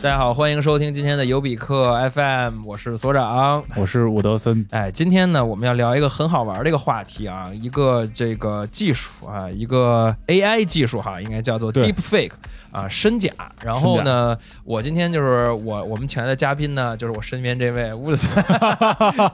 大家好，欢迎收听今天的有比克 FM，我是所长。我是伍德森，哎，今天呢，我们要聊一个很好玩的一个话题啊，一个这个技术啊，一个 AI 技术哈，应该叫做对 Deepfake 啊，深假。然后呢，我今天就是我我们请来的嘉宾呢，就是我身边这位伍德 森，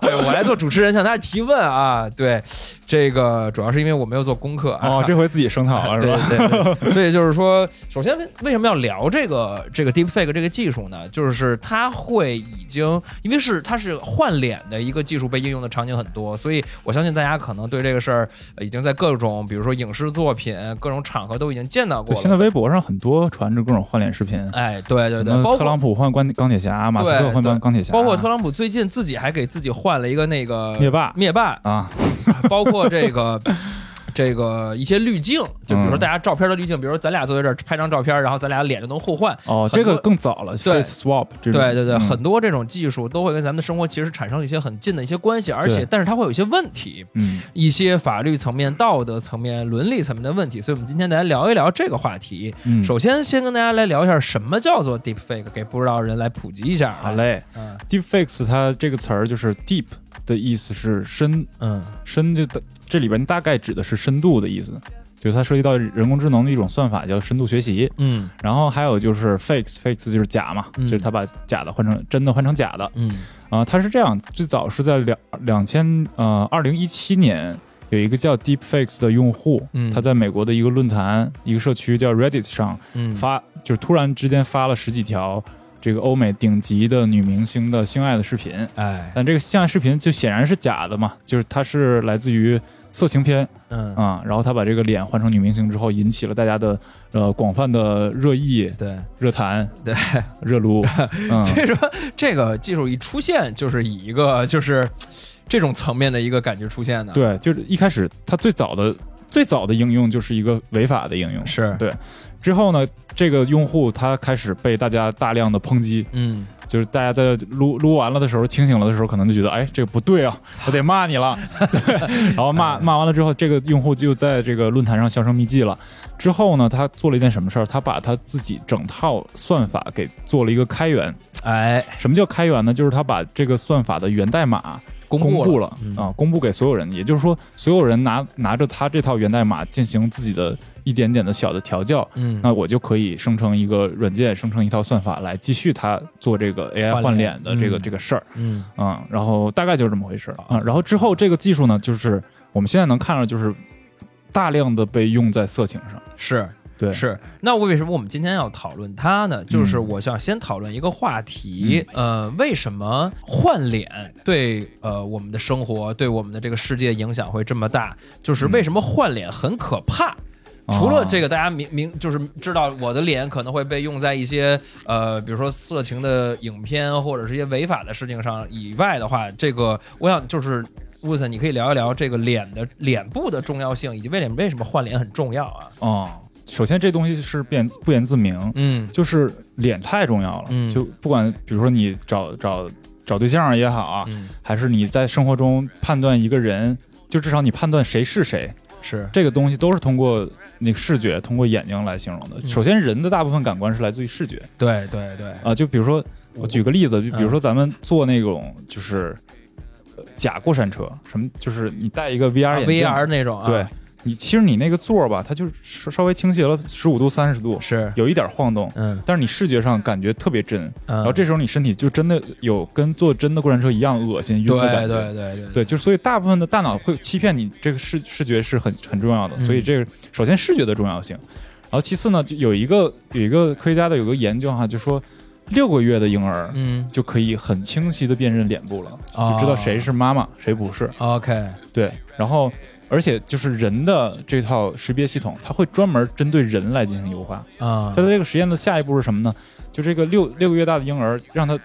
对我来做主持人，向他提问啊。对，这个主要是因为我没有做功课啊。哦， 这回自己声讨了是对吧？啊对对 对，所以就是说，首先为什么要聊这个这个 deepfake 这个技术呢？就是它会已经，因为是它是换脸的一个技术被应用的场景很多，所以我相信大家可能对这个事儿呃已经在各种比如说影视作品、各种场合都已经见到过对，现在了。微博上很多传着各种换脸视频，哎，对对什对，么包特括朗普换钢钢铁侠，马斯克换钢对钢铁侠，包括特朗普最近自己还给自己换了一个那个灭霸灭霸，啊，包括这个。 这个一些滤镜，就比如说嗯大家照片的滤镜，比如说咱俩坐在这儿拍张照片，然后咱俩脸就能互换，哦很，多这个更早了对，Face Swap 这种，对对对，嗯很多这种技术都会跟咱们的生活其实产生一些很近的一些关系，而且对但是它会有一些问题，嗯，一些法律层面、道德层面、伦理层面的问题，所以我们今天来聊一聊这个话题。嗯首先，先跟大家来聊一下什么叫做 deepfake，给不知道的人来普及一下。好，嘞嗯，Deepfakes 它这个词儿就是 deep 的意思是深，嗯深就这里边大概指的是深度的意思。就是它涉及到人工智能的一种算法，叫深度学习。嗯然后还有就是 fakes，fakes 就是假嘛，嗯就是它把假的换成真的换成假的。嗯啊、它是这样，最早是在两两千呃二零一七年，有一个叫 Deepfakes 的用户，嗯他在美国的一个论坛、一个社区叫 Reddit 上嗯，发，就是突然之间发了十几条这个欧美顶级的女明星的性爱的视频，哎但这个性爱视频就显然是假的嘛，就是它是来自于色情片嗯啊、然后他把这个脸换成女明星之后，引起了大家的呃广泛的热议、对热谈、对，热撸，嗯所以说这个技术一出现，就是以一个就是这种层面的一个感觉出现的。，对，就是一开始它最早的最早的应用就是一个违法的应用，是，之后呢，这个用户他开始被大家大量的抨击，嗯，就是大家在撸撸完了的时候，清醒了的时候，可能就觉得哎，这个不对啊，我得骂你了，对，然后骂骂完了之后，这个用户就在这个论坛上销声匿迹了。之后呢，他做了一件什么事儿？他把他自己整套算法给做了一个开源。哎，什么叫开源呢？就是他把这个算法的源代码公公布了，了嗯啊，公布给所有人。也就是说，所有人拿拿着他这套源代码进行自己的一点点的小的调教，嗯，那我就可以生成一个软件，生成一套算法来继续它做这个 AI 换换脸脸的这个嗯这个事儿嗯啊、嗯。然后大概就是这么回事啊、嗯然后之后这个技术呢，就是我们现在能看到，就是大量的被用在色情上。是对，是。那为什么我们今天要讨论它呢？就是我想先讨论一个话题，呃，为什么换脸对呃我们的生活、对我们的这个世界影响会这么大？就是为什么换脸很可怕？除了这个，个，大家明明就是知道我的脸可能会被用在一些呃，比如说色情的影片或者是一些违法的事情上以外的话，这个我想就是。乌森，你可以聊一聊这个脸的脸部的重要性，以及为脸为什么换脸很重要啊？哦、首先这东西是变不言自明，嗯就是脸太重要了。嗯就不管比如说你找找找对象也好啊，嗯，还是你在生活中判断一个人，就至少你判断谁是谁，是这个东西都是通过那个视觉、通过眼睛来形容的。嗯首先，人的大部分感官是来自于视觉对对对，啊、就比如说我举个例嗯子，就比如说咱们做那种就是、呃假过山车，什么就是你戴一个 VR 眼镜， VR 那种啊，对，你其实你那个座儿吧，它就是稍稍微倾斜了十五度、三十度，是，有一点晃动。嗯，但是你视觉上感觉特别真，然然后这时候你身体就真的有跟坐真的过山车一样恶心晕对的感觉。对对对对，就所以大部分的大脑会欺骗你，这个视视觉是很很重要的，嗯所以这个首先视觉的重要性，然后其次呢，就有一个有一个科学家的有个研究哈，就说六个月的婴儿嗯就可以很清晰的辨认脸部了，哦就知道谁是妈妈，谁不是。 ，OK，对，然后而且就是人的这套识别系统，它会专门针对人来进行优化。啊，它的这个实验的下一步是什么呢？就这个六六个月大的婴儿，让他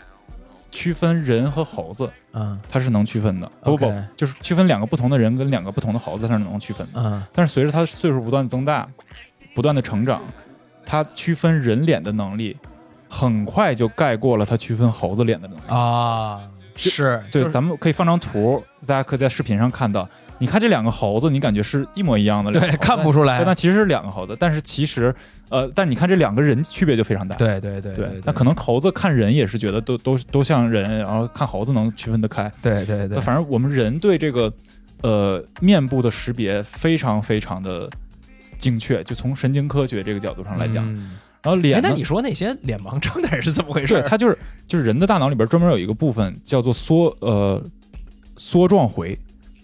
区分人和猴子。嗯它是能区分的，不不不 OK，就是区分两个不同的人跟两个不同的猴子，它是能区分的。嗯但是随着它岁数不断增大，不断的成长，它区分人脸的能力很快就盖过了它区分猴子脸的能力。啊，是，对，就是咱们可以放张图，大家可以在视频上看到，你看这两个猴子，你感觉是一模一样的两个对猴子，，看不出来但。那其实是两个猴子，但是其实呃，但你看这两个人区别就非常大。对对对对，那可能猴子看人也是觉得都都都像人，然后看猴子能区分得开。对对对，反正我们人对这个呃面部的识别非常非常的精确，就从神经科学这个角度上来讲。嗯然后哎脸，那呢，你说那些脸盲症的人是怎么回事对？它就是就是人的大脑里边专门有一个部分叫做缩呃缩状回，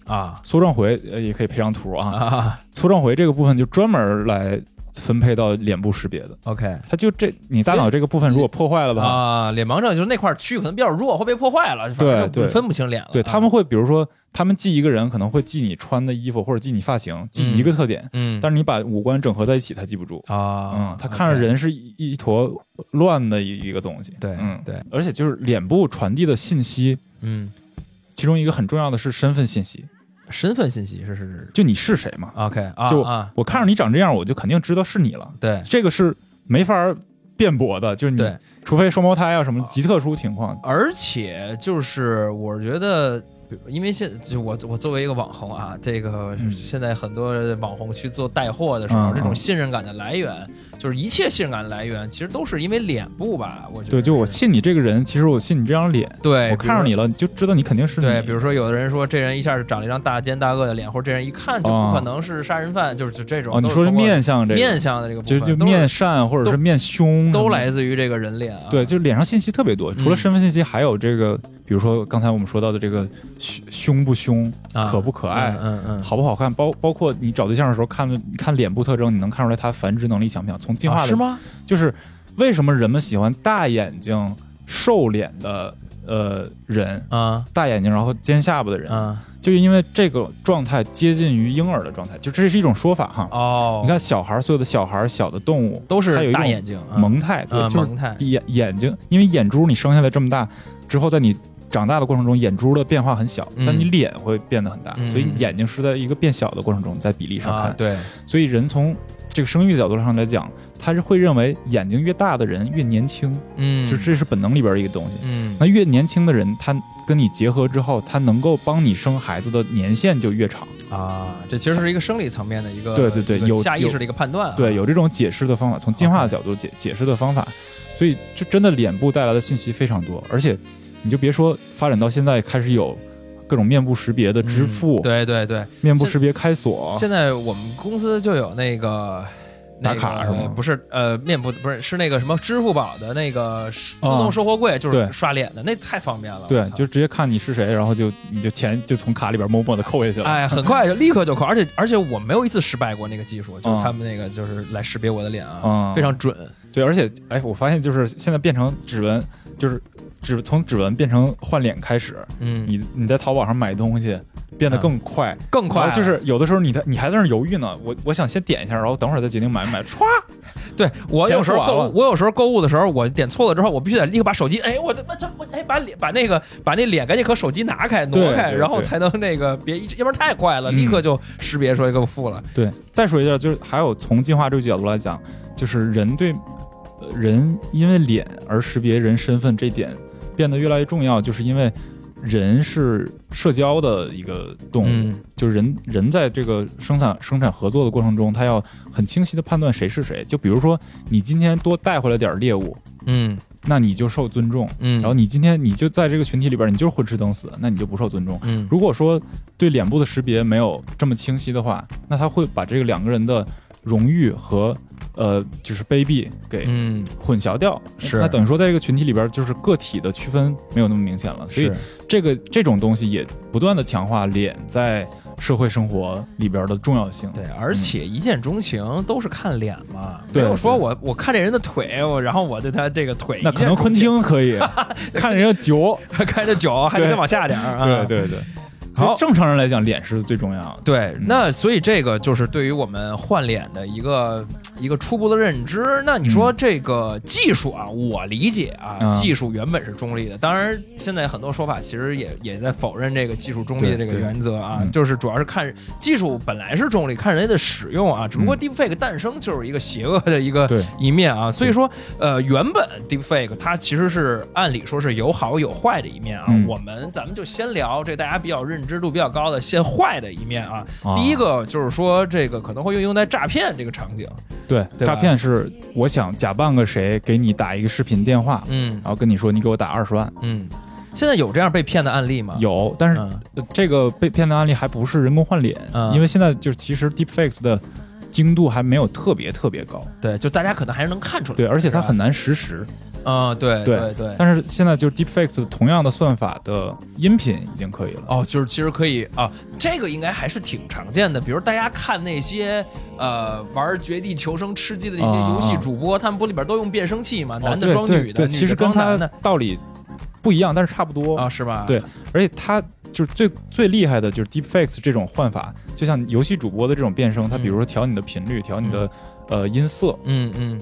啊缩状回呃也可以配张图啊，啊缩状回这个部分就专门来分配到脸部识别的。 ，OK 它就这你大脑这个部分如果破坏了的话，啊，脸盲症就是那块区可能比较弱，会被破坏了，反正就对对分不清脸了。对啊他们，会比如说他们记一个人可能会记你穿的衣服或者记你发型，记一个特点，嗯，但是你把五官整合在一起，他记不住。啊嗯，，他看着 OK，人是一一坨乱的一一个东西。对嗯，对，而且就是脸部传递的信息，嗯，其中一个很重要的是身份信息，身份信息是是是就你是谁嘛。 ，OK 啊，就啊，我看着你长这样，我就肯定知道是你了。对这个是没法辩驳的，就是你对，除非双胞胎啊什么极特殊情况，而且就是我觉得。因为现就我我作为一个网红啊，这个嗯现在很多网红去做带货的时候，嗯嗯这种信任感的来源，就是一切信任感的来源，其实都是因为脸部吧，我觉得对，就我是信你这个人，其实我信你这张脸，对，我比看如上你了，你就知道你肯定是你。对，比如说有的人说这人一下就长了一张大奸大恶的脸，或者这人一看就不可能是杀人犯，就是就这种。啊哦，你都说是是通过面相这个，面相的这个部就分，就都是面善或者是面凶，都来。嗯自于这个人脸啊。对，就是脸上信息特别多，除了身份信息，还有这个，比如说刚才我们说到的这个凶凶不凶，啊可不可爱嗯嗯嗯，好不好看，包包括你找对象的时候看了看脸部特征，你能看出来他繁殖能力强不强？从进化啊的、是吗？就是为什么人们喜欢大眼睛、瘦脸的呃人，啊大眼睛然后尖下巴的人，啊就是因为这个状态接近于婴儿的状态，就这是一种说法哈。哦，你看小孩儿，所有的小孩儿、小的动物都它有是一大种眼睛，啊蒙太，嗯对，啊就是蒙太眼眼睛，因为眼珠你生下来这么大之后，在你长大的过程中，眼珠的变化很小，嗯但你脸会变得很大，嗯所以眼睛是在一个变小的过程中，在比例上看，啊，对，所以人从这个生育角度上来讲，他是会认为眼睛越大的人越年轻，嗯，这这是本能里边的一个东西。嗯那越年轻的人，他跟你结合之后，他能够帮你生孩子的年限就越长。啊，这其实是一个生理层面的一个对对对一个有下意识的一个判断啊，对，有这种解释的方法，从进化的角度解解释的方法，所以就真的脸部带来的信息非常多，而且你就别说发展到现在开始有各种面部识别的嗯支付，啊对对对，面部识别开锁，现在我们公司就有那个。那打个卡是吗不是，呃，面部不是是那个什么支付宝的那个是自动啊收货柜，就是对刷脸的，那太方便了。我对，操就直接看你是谁，然后就你就钱就从卡里边默默的扣下去了。哎，很快就立刻就扣，而且而且我没有一次失败过那个技术，就是啊他们那个就是来识别我的脸啊，啊非常准。对，而且哎，我发现就是现在变成指纹，就是指从指纹变成换脸开始，嗯，你你在淘宝上买东西变得更快，更快啊然了后就是有的时候你在你还在那儿犹豫呢，我我想先点一下，然后等会儿再决定 买不买，歘对我有时候钱付购完物，我有时候购物的时候，我点错了之后，我必须得立刻把手机，哎，我这我这我哎，把脸把那个把那脸赶紧和手机拿开挪对开，对然后对才能那个别，要不然太快了，嗯立刻就识别说给我付了。对，再说一下，就是还有从进化这个角度来讲，就是人对呃人因为脸而识别人身份这点变得越来越重要，就是因为人是社交的一个动物，嗯就是人人在这个生产生产合作的过程中，他要很清晰的判断谁是谁。就比如说你今天多带回来点猎物，嗯那你就受尊重；嗯，然后你今天你就在这个群体里边，你就是混吃等死，那你就不受尊重。嗯如果说对脸部的识别没有这么清晰的话，那他会把这个两个人的荣誉和呃就是卑鄙给嗯混淆掉。是那等于说在这个群体里边，就是个体的区分没有那么明显了。所以是这个这种东西也不断的强化脸在社会生活里边的重要性。对，而且一见钟情都是看脸嘛，对没有说对我我看这人的腿，我然后我对他这个腿一那见钟情，可能昆汀可以看人家酒， 开着酒还得对再往下点儿啊，对对对。所好以正常人来讲，脸是最重要的。对，嗯那所以这个就是对于我们换脸的一个一个初步的认知。那你说这个技术啊，我理解啊，嗯技术原本是中立的，当然现在很多说法其实也也在否认这个技术中立的对这个对原则啊，嗯就是主要是看技术本来是中立，看人家的使用啊。只不过 deepfake 诞生就是一个邪恶的一个嗯对一面啊，所以说呃，原本 deepfake 它其实是按理说是有好有坏的一面啊。嗯我们咱们就先聊这大家比较认认知度比较高的先坏的一面啊。啊第一个就是说，这个可能会应用在诈骗这个场景。对对吧诈骗是，我想假扮个谁给你打一个视频电话，嗯然后跟你说你给我打二十万，嗯，现在有这样被骗的案例吗？，有，但是嗯呃这个被骗的案例还不是人工换脸，嗯因为现在就是其实 deepfakes 的精度还没有特别特别高，对，就大家可能还是能看出来。对，而且它是吧很难实时。嗯，对对对对。但是现在就是 deepfakes 同样的算法的音频已经可以了。哦，就是其实可以啊，这个应该还是挺常见的。比如大家看那些呃玩绝地求生吃鸡的那些游戏啊啊哦主播，他们不里边都用变声器嘛，男的对装女的，对对，女其的实跟装它男的道理不一样，但是差不多。啊，是吧？对而且它就是最最厉害的就是 deepfakes 这种换法，就像游戏主播的这种变声，它嗯比如说调你的频率，调你的呃音色，嗯嗯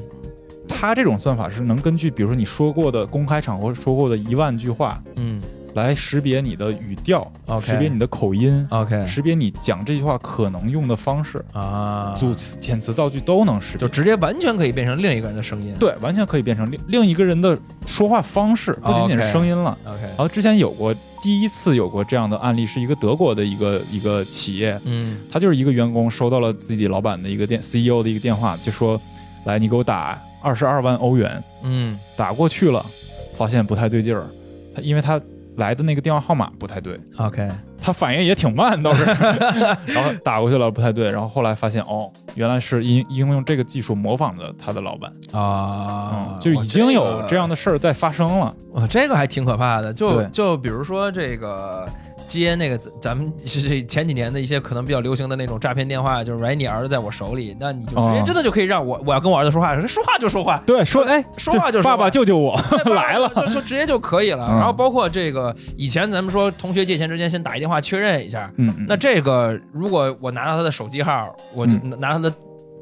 它这种算法是能根据比如说你说过的公开场合说过的一万句话嗯来识别你的语调 OK 识别你的口音， ，OK 识别你讲这句话可能用的方式，啊，组词、遣词造句都能识别就。直接完全可以变成另一个人的声音。对，完全可以变成另另一个人的说话方式，不仅仅是 OK 声音了。哦，OK，然后之前有过第一次有过这样的案例，是一个德国的一个一个企业，嗯他就是一个员工收到了自己老板的一个电 CEO 的一个电话，就说：“来，你给我打二十二万欧元。嗯”打过去了，发现不太对劲儿，他因为他来的那个电话号码不太对， ，OK，他反应也挺慢倒 是，然后打过去了不太对，然后后来发现哦，原来是因应用这个技术模仿的他的老板，啊嗯，就已经有这样。样的事儿在发生了。啊，这个还挺可怕的。就对就比如说这个接那个咱咱们 是前几年的一些可能比较流行的那种诈骗电话，就是喂你儿子在我手里，那你就直接哦真的就可以让我我要跟我儿子说话，说话就说话，对，说哎，说话就这说话爸爸救救我，对吧来了就就就直接就可以了。嗯然后包括这个以前咱们说同学借钱之间先打一电话确认一下，嗯，嗯那这个如果我拿到他的手机号，我就嗯拿他的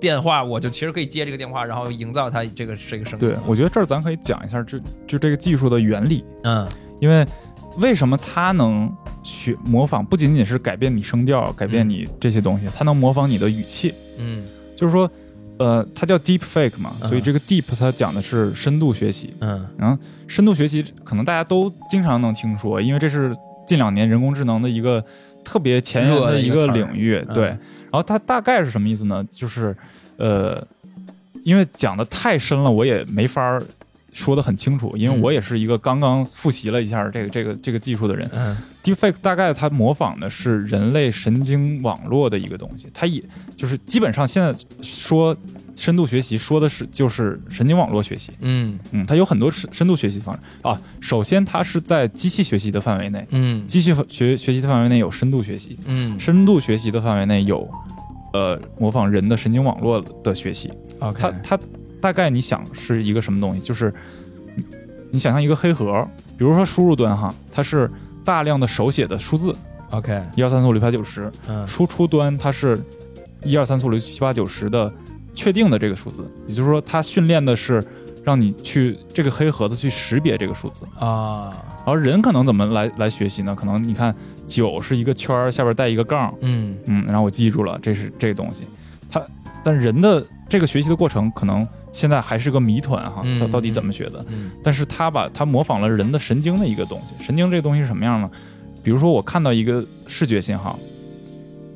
电话，我就其实可以接这个电话，然后营造他这个这个声音。对，我觉得这儿咱可以讲一下就就这个技术的原理，嗯因为为什么它能学模仿，不仅仅是改变你声调，改变嗯你这些东西，它能模仿你的语气，嗯就是说，呃，它叫 deep fake 嘛，嗯所以这个 deep 它讲的是深度学习，嗯深度学习可能大家都经常能听说，因为这是近两年人工智能的一个特别前沿热的的一一个个词儿领域。嗯对，然后它大概是什么意思呢？就是呃，因为讲的太深了，我也没法儿说的很清楚，因为嗯我也是一个刚刚复习了一下这个这个这个技术的人。嗯 Deepfake 大概它模仿的是人类神经网络的一个东西，它也就是基本上现在说深度学习说的是就是神经网络学习。嗯嗯，它有很多深深度学习的方式啊。首先，它是在机器学习的范围内，嗯机器学学习的范围内有深度学习，嗯深度学习的范围内有，呃，模仿人的神经网络的学习。 ，OK，它它大概你想是一个什么东西？就是你你想象一个黑盒，比如说输入端哈，它是大量的手写的数字， OK，一二三四五六七八九十；嗯输出端它是一二三四五六七八九十的确定的这个数字，也就是说，它训练的是让你去这个黑盒子去识别这个数字。啊，而人可能怎么来来学习呢？可能你看九是一个圈儿，下边带一个杠，嗯嗯，然后我记住了，这是这个东西。它但人的这个学习的过程，可能现在还是个谜团哈，嗯它到底怎么学的？嗯但是它把它模仿了人的神经的一个东西。神经这个东西是什么样呢？比如说我看到一个视觉信号，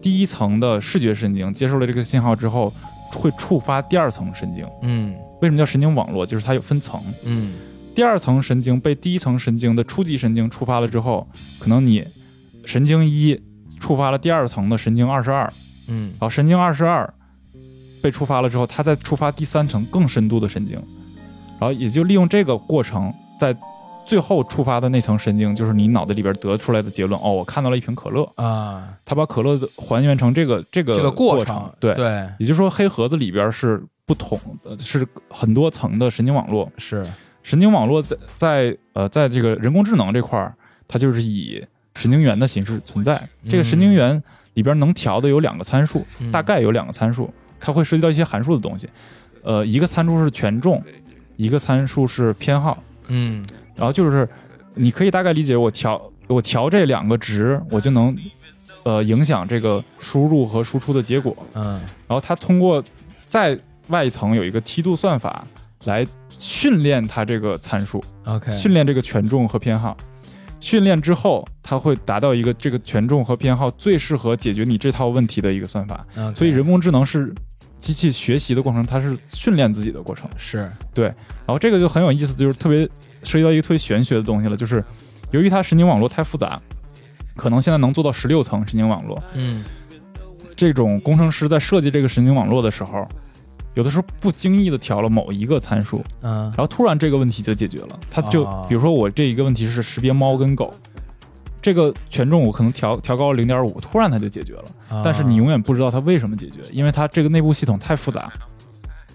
第一层的视觉神经接受了这个信号之后，会触发第二层神经。嗯为什么叫神经网络？就是它有分层，嗯第二层神经被第一层神经的初级神经触发了之后，可能你神经一触发了第二层的神经二十二，然嗯后神经二十二被触发了之后，它再触发第三层更深度的神经，然后也就利用这个过程，在最后触发的那层神经，就是你脑子里边得出来的结论。哦，我看到了一瓶可乐，啊，它把可乐的还原成这个这个这个过过程，对，对也就是说黑盒子里边是不同，呃是很多层的神经网络。是，神经网络在在呃，在这个人工智能这块儿，它就是以神经元的形式存在。这个神经元里边能调的有两个参数，嗯大概有两个参数，它会涉及到一些函数的东西。呃，一个参数是权重，一个参数是偏好。嗯然后就是你可以大概理解，我调我调这两个值，我就能呃影响这个输入和输出的结果。嗯然后它通过在外层有一个梯度算法来训练它这个参数。 OK，训练这个权重和偏好，训练之后，它会达到一个这个权重和偏好最适合解决你这套问题的一个算法。嗯，所以人工智能是机器学习的过程，它是训练自己的过程。是然后这个就很有意思，就是特别涉及到一个特别玄学的东西了，就是由于它神经网络太复杂，可能现在能做到十六层神经网络。嗯这种工程师在设计这个神经网络的时候，有的时候不经意的调了某一个参数，嗯然后突然这个问题就解决了。它就啊比如说我这一个问题是识别猫跟狗，这个权重我可能调调高了零点五，突然它就解决了。啊但是你永远不知道它为什么解决，因为它这个内部系统太复杂。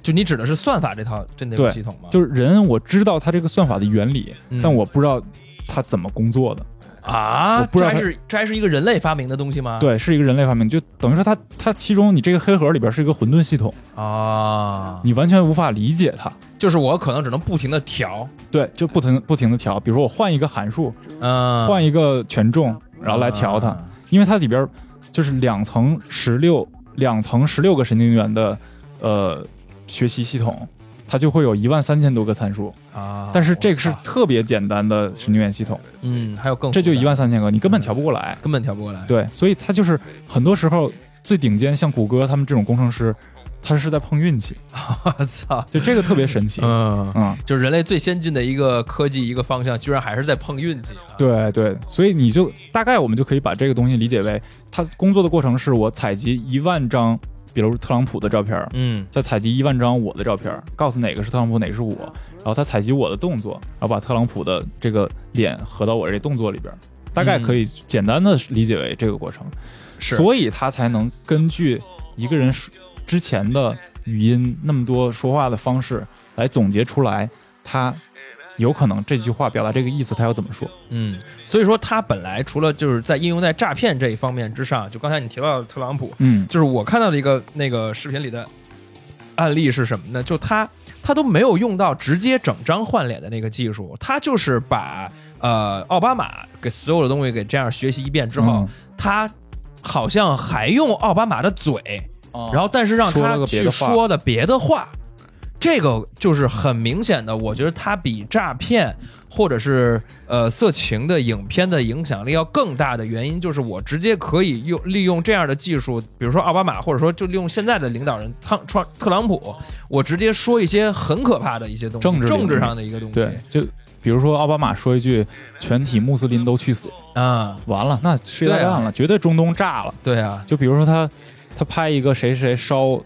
就你指的是算法这套这内部对系统吗？就是人我知道它这个算法的原理，嗯但我不知道它怎么工作的。啊，我不知道这还它是这还是一个人类发明的东西吗？对，是一个人类发明，就等于说它它其中你这个黑盒里边是一个混沌系统，啊，你完全无法理解它。就是我可能只能不停的调，对，就不停不停的调，比如说我换一个函数，嗯，换一个权重，然后来调它，啊因为它里边就是两层十六两层十六个神经元的呃学习系统，它就会有一万三千多个参数，啊，但是这个是我操特别简单的神经元系统，嗯，还有更这就复杂一万三千个，你根嗯本调不过来。根本调不过来，对，所以它就是很多时候最顶尖，像谷歌他们这种工程师，他是在碰运气，我操，就这个特别神奇。嗯。嗯，就是人类最先进的一个科技一个方向，居然还是在碰运气、啊。，对对，所以你就大概我们就可以把这个东西理解为，他工作的过程是我采集一万张，比如特朗普的照片儿，嗯，再采集一万张我的照片儿，告诉哪个是特朗普，哪个是我，然后他采集我的动作，然后把特朗普的这个脸合到我这动作里边儿，大概可以简单的理解为这个过程，是所以他才能根据一个人说之前的语音那么多说话的方式来总结出来他。有可能这句话表达这个意思，他要怎么说？嗯，所以说它本来除了就是在应用在诈骗这一方面之上，就刚才你提到的特朗普，嗯，就是我看到的一个那个视频里的案例是什么呢？就他他都没有用到直接整张换脸的那个技术，他就是把呃奥巴马给所有的东西给这样学习一遍之后，他好像还用奥巴马的嘴，嗯，然后但是让说他了个别去的话说的别的话，这个就是很明显的，我觉得它比诈骗或者是呃色情的影片的影响力要更大的原因，就是我直接可以用利用这样的技术，比如说奥巴马，或者说就利用现在的领导人特川特朗普，我直接说一些很可怕的一些东西，政政治领域上的一个东西，对，就比如说奥巴马说一句“全体穆斯林都去死啊”，，完了，那世界大对啊战了，绝对中东炸了。对啊，就比如说他他拍一个谁谁烧，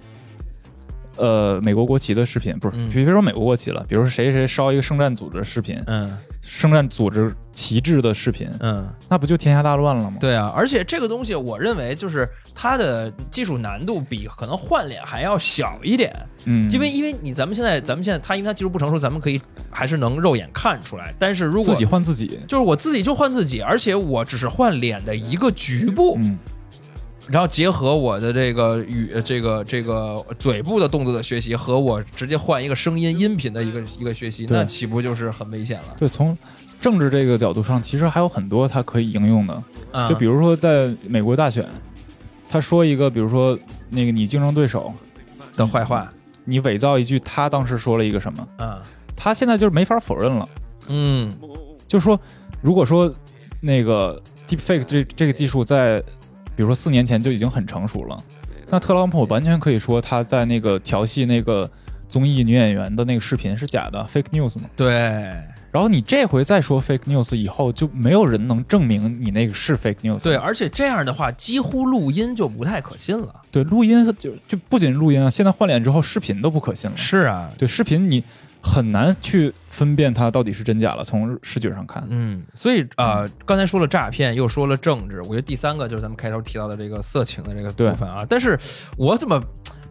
呃，美国国旗的视频，不是，嗯别别说美国国旗了，比如说谁谁烧一个圣战组织的视频，嗯圣战组织旗帜的视频，嗯。那不就天下大乱了吗？对啊，而且这个东西，我认为就是它的技术难度比可能换脸还要小一点，嗯，因为因为你咱们现在咱们现在它因为它技术不成熟，咱们可以还是能肉眼看出来。但是如果自己换自己，就是我自己就换自己，而且我只是换脸的一个局部，嗯，然后结合我的这个语呃这个这个嘴部的动作的学习和我直接换一个声音音频的一个一个学习，对那岂不就是很危险了？对，从政治这个角度上，其实还有很多它可以应用的。啊就比如说在美国大选，他说一个，比如说那个你竞争对手，的嗯坏话，你伪造一句他当时说了一个什么，嗯他现在就是没法否认了。嗯就是说，如果说那个 deepfake 这这个技术在，比如说四年前就已经很成熟了，那特朗普完全可以说他在那个调戏那个综艺女演员的那个视频是假的 fake news 嘛。对。然后你这回再说 fake news 以后，就没有人能证明你那个是 fake news。对，啊而且这样的话，几乎录音就不太可信了。对，录音就就不仅录音啊，现在换脸之后视频都不可信了。是啊，对，视频你很难去分辨它到底是真假了，从视觉上看。嗯，所以呃，刚才说了诈骗，又说了政治，我觉得第三个就是咱们开头提到的这个色情的这个对部分啊。但是我怎么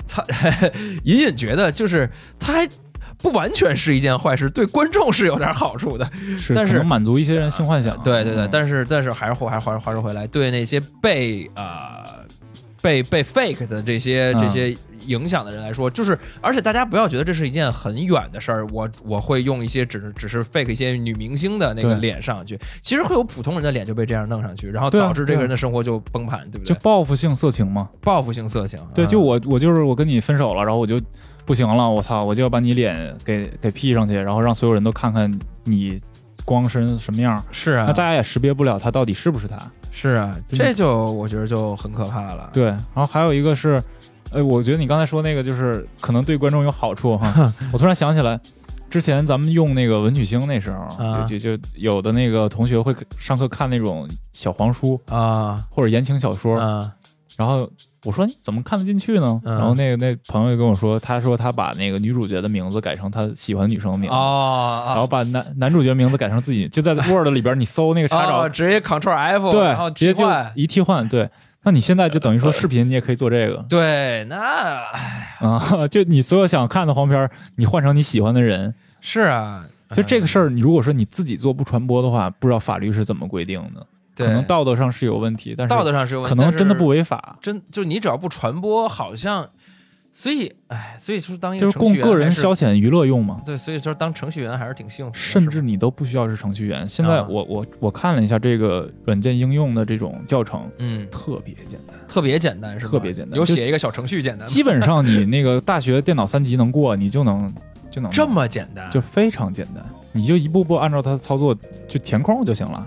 操， 隐隐觉得就是它还不完全是一件坏事，对观众是有点好处的。是但可是能满足一些人性幻想。对对对，嗯但是但是还是话还是话说回来，对那些被呃被被 fake 的这些嗯这些影响的人来说，就是而且大家不要觉得这是一件很远的事儿，我我会用一些只是只是 fake 一些女明星的那个对脸上去，其实会有普通人的脸就被这样弄上去，然后对啊导致这对个啊人的生活就崩盘，对不嗯就对？报复性色情嘛。报复性色情，嗯对，就我我就是我跟你分手了，然后我就不行了，我操，我就要把你脸给给 P 上去，然后让所有人都看看你光身什么样，是那啊大，家也识别不了他到底是不是他。是啊，真的这就我觉得就很可怕了。对，然后还有一个是，哎，我觉得你刚才说那个就是可能对观众有好处 哈。我突然想起来，之前咱们用那个文曲星那时候，啊就就就有的那个同学会上课看那种小黄书啊或者言情小说，啊然后我说你怎么看得进去呢？嗯然后那个那朋友就跟我说，他说他把那个女主角的名字改成他喜欢的女生的名字。然后哦，把男男主角名字改成自己，就在 Word 里边你搜那个查找哦，直接 Ctrl F，然后对，替直接就换。一替换，对。那你现在就等于说视频你也可以做 这个对，那 唉啊，就你所有想看的黄片儿，你换成你喜欢的人，是啊，就这个事儿，儿，你如果说你自己做不传播的话，不知道法律是怎么规定的，对可能道德上是有问题，但是道德上是有问可题，能真的但是不违法，真，就你只要不传播，好像，所以唉，所以说当一就个是供程序员个人还是消遣娱乐用嘛。对，所以说当程序员还是挺幸福的，甚是至吧你都不需要是程序员。现在啊我我我看了一下这个软件应用的这种教程，嗯，特别简单，特别简单是吧？特别简单有就写一个小程序简单吗，基本上你那个大学电脑三级能过，你就能就能这么简单？就非常简单，你就一步步按照它的操作就填空就行了，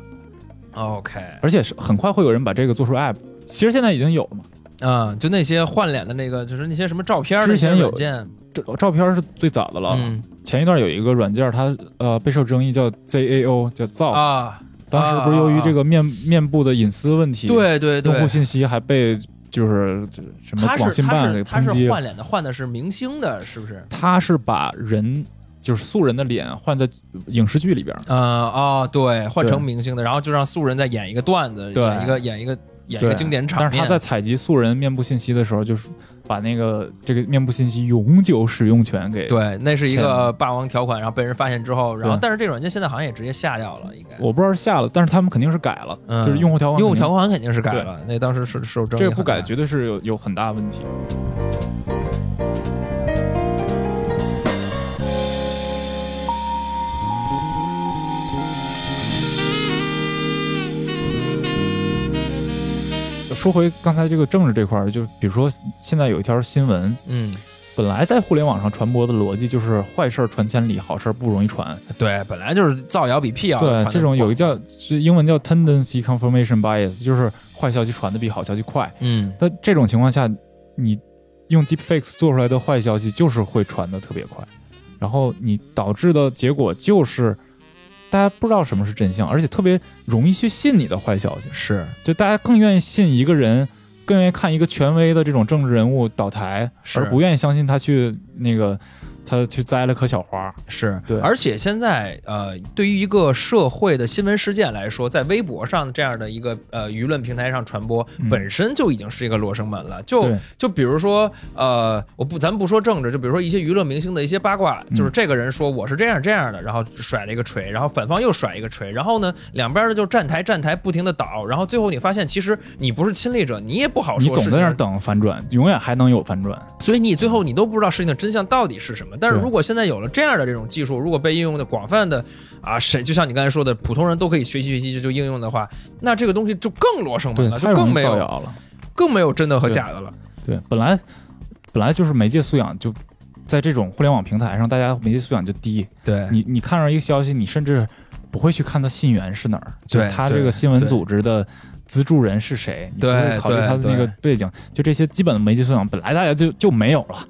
OK，而且是很快会有人把这个做出 app。其实现在已经有了嘛，嗯，就那些换脸的那个，就是那些什么照片儿的之前那些有软件，这照片是最早的了。嗯前一段有一个软件，它呃备受争议，叫 ZAO，叫造。啊，当时不是由于这个面、面部的隐私问题，对对用户对。信息还被就是这什么他广是信他办给是他抨是击。换脸的，换的是明星的，是不是？他是把人就是素人的脸换在影视剧里边儿，呃哦，对，换成对明星的，然后就让素人再演一个段子，对演一个演一个演一个对经典场但面。是他在采集素人面部信息的时候，就是把那个这个面部信息永久使用权给。对，那是一天个哪霸王条款，然后被人发现之后，然后对但是这个软件现在好像也直接下掉了，应该。我不知道是下了，但是他们肯定是改了，嗯就是用户条款肯定，用户条款肯定是改了，那当时是受争议这个不很大改绝对是有有很大问题。说回刚才这个政治这块儿，就比如说现在有一条新闻，嗯，本来在互联网上传播的逻辑就是坏事儿传千里，好事儿不容易传。对，本来就是造谣比辟谣啊传对得，这种有一广叫是英文叫 tendency confirmation bias，就是坏消息传的比好消息快。嗯那这种情况下，你用 deepfakes 做出来的坏消息就是会传的特别快，然后你导致的结果就是大家不知道什么是真相，而且特别容易去信你的坏消息，是就大家更愿意信一个人。更愿意看一个权威的这种政治人物倒台，是而不愿意相信他去那个，他去栽了棵小花。是，对而且现在呃，对于一个社会的新闻事件来说，在微博上这样的一个呃舆论平台上传播，嗯本身就已经是一个罗生门了。就对就比如说呃，我不，咱们不说政治，就比如说一些娱乐明星的一些八卦，嗯就是这个人说我是这样这样的，然后甩了一个锤，然后反方又甩一个锤，然后呢，两边的就站台站台不停的倒，然后最后你发现其实你不是亲历者，你也不好你哦说总事在情那是哦儿等反转，永远还能有反转。所以你最后你都不知道事情的真相到底是什么。但是对如果现在有了这样的这种技术，如果被应用的广泛的啊，谁就像你刚才说的，普通人都可以学习学习就就应用的话，那这个东西就更罗生门对，了，太就容更易没造有谣了。更没有真的和假的了。对，本来本来就是媒介素养就在这种互联网平台上，大家媒介素养就低。对你你看上一个消息，你甚至不会去看它信源是哪儿，就是对它对这个新闻对组织的资助人是谁，你不对会考虑它的对那个背景。就这些基本的媒介素养，本来大家就就没有了。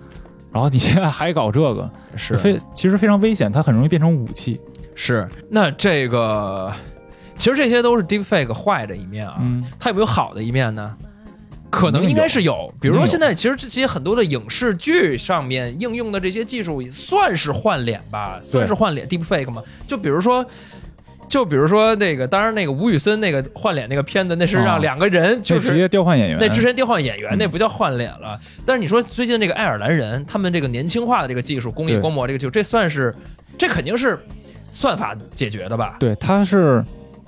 然后你现在还搞这个，非是其实非常危险，它很容易变成武器。是，那这个其实这些都是 deepfake 坏的一面啊，嗯，它有没有好的一面呢？可能肯定应该有是有，比如说肯定有现在其实这些很多的影视剧上面应用的这些技术，算是换脸吧，算是换脸 deepfake 嘛。就比如说，就比如说那个，当然那个吴宇森那个换脸那个片子，那是让啊两个人就这直是。接调换演员，那之前调换演员，嗯那不叫换脸了。但是你说最近这个爱尔兰人，他们这个年轻化的这个技术，工业对光魔这个技术，这算是，这肯定是算法解决的吧？对，他是。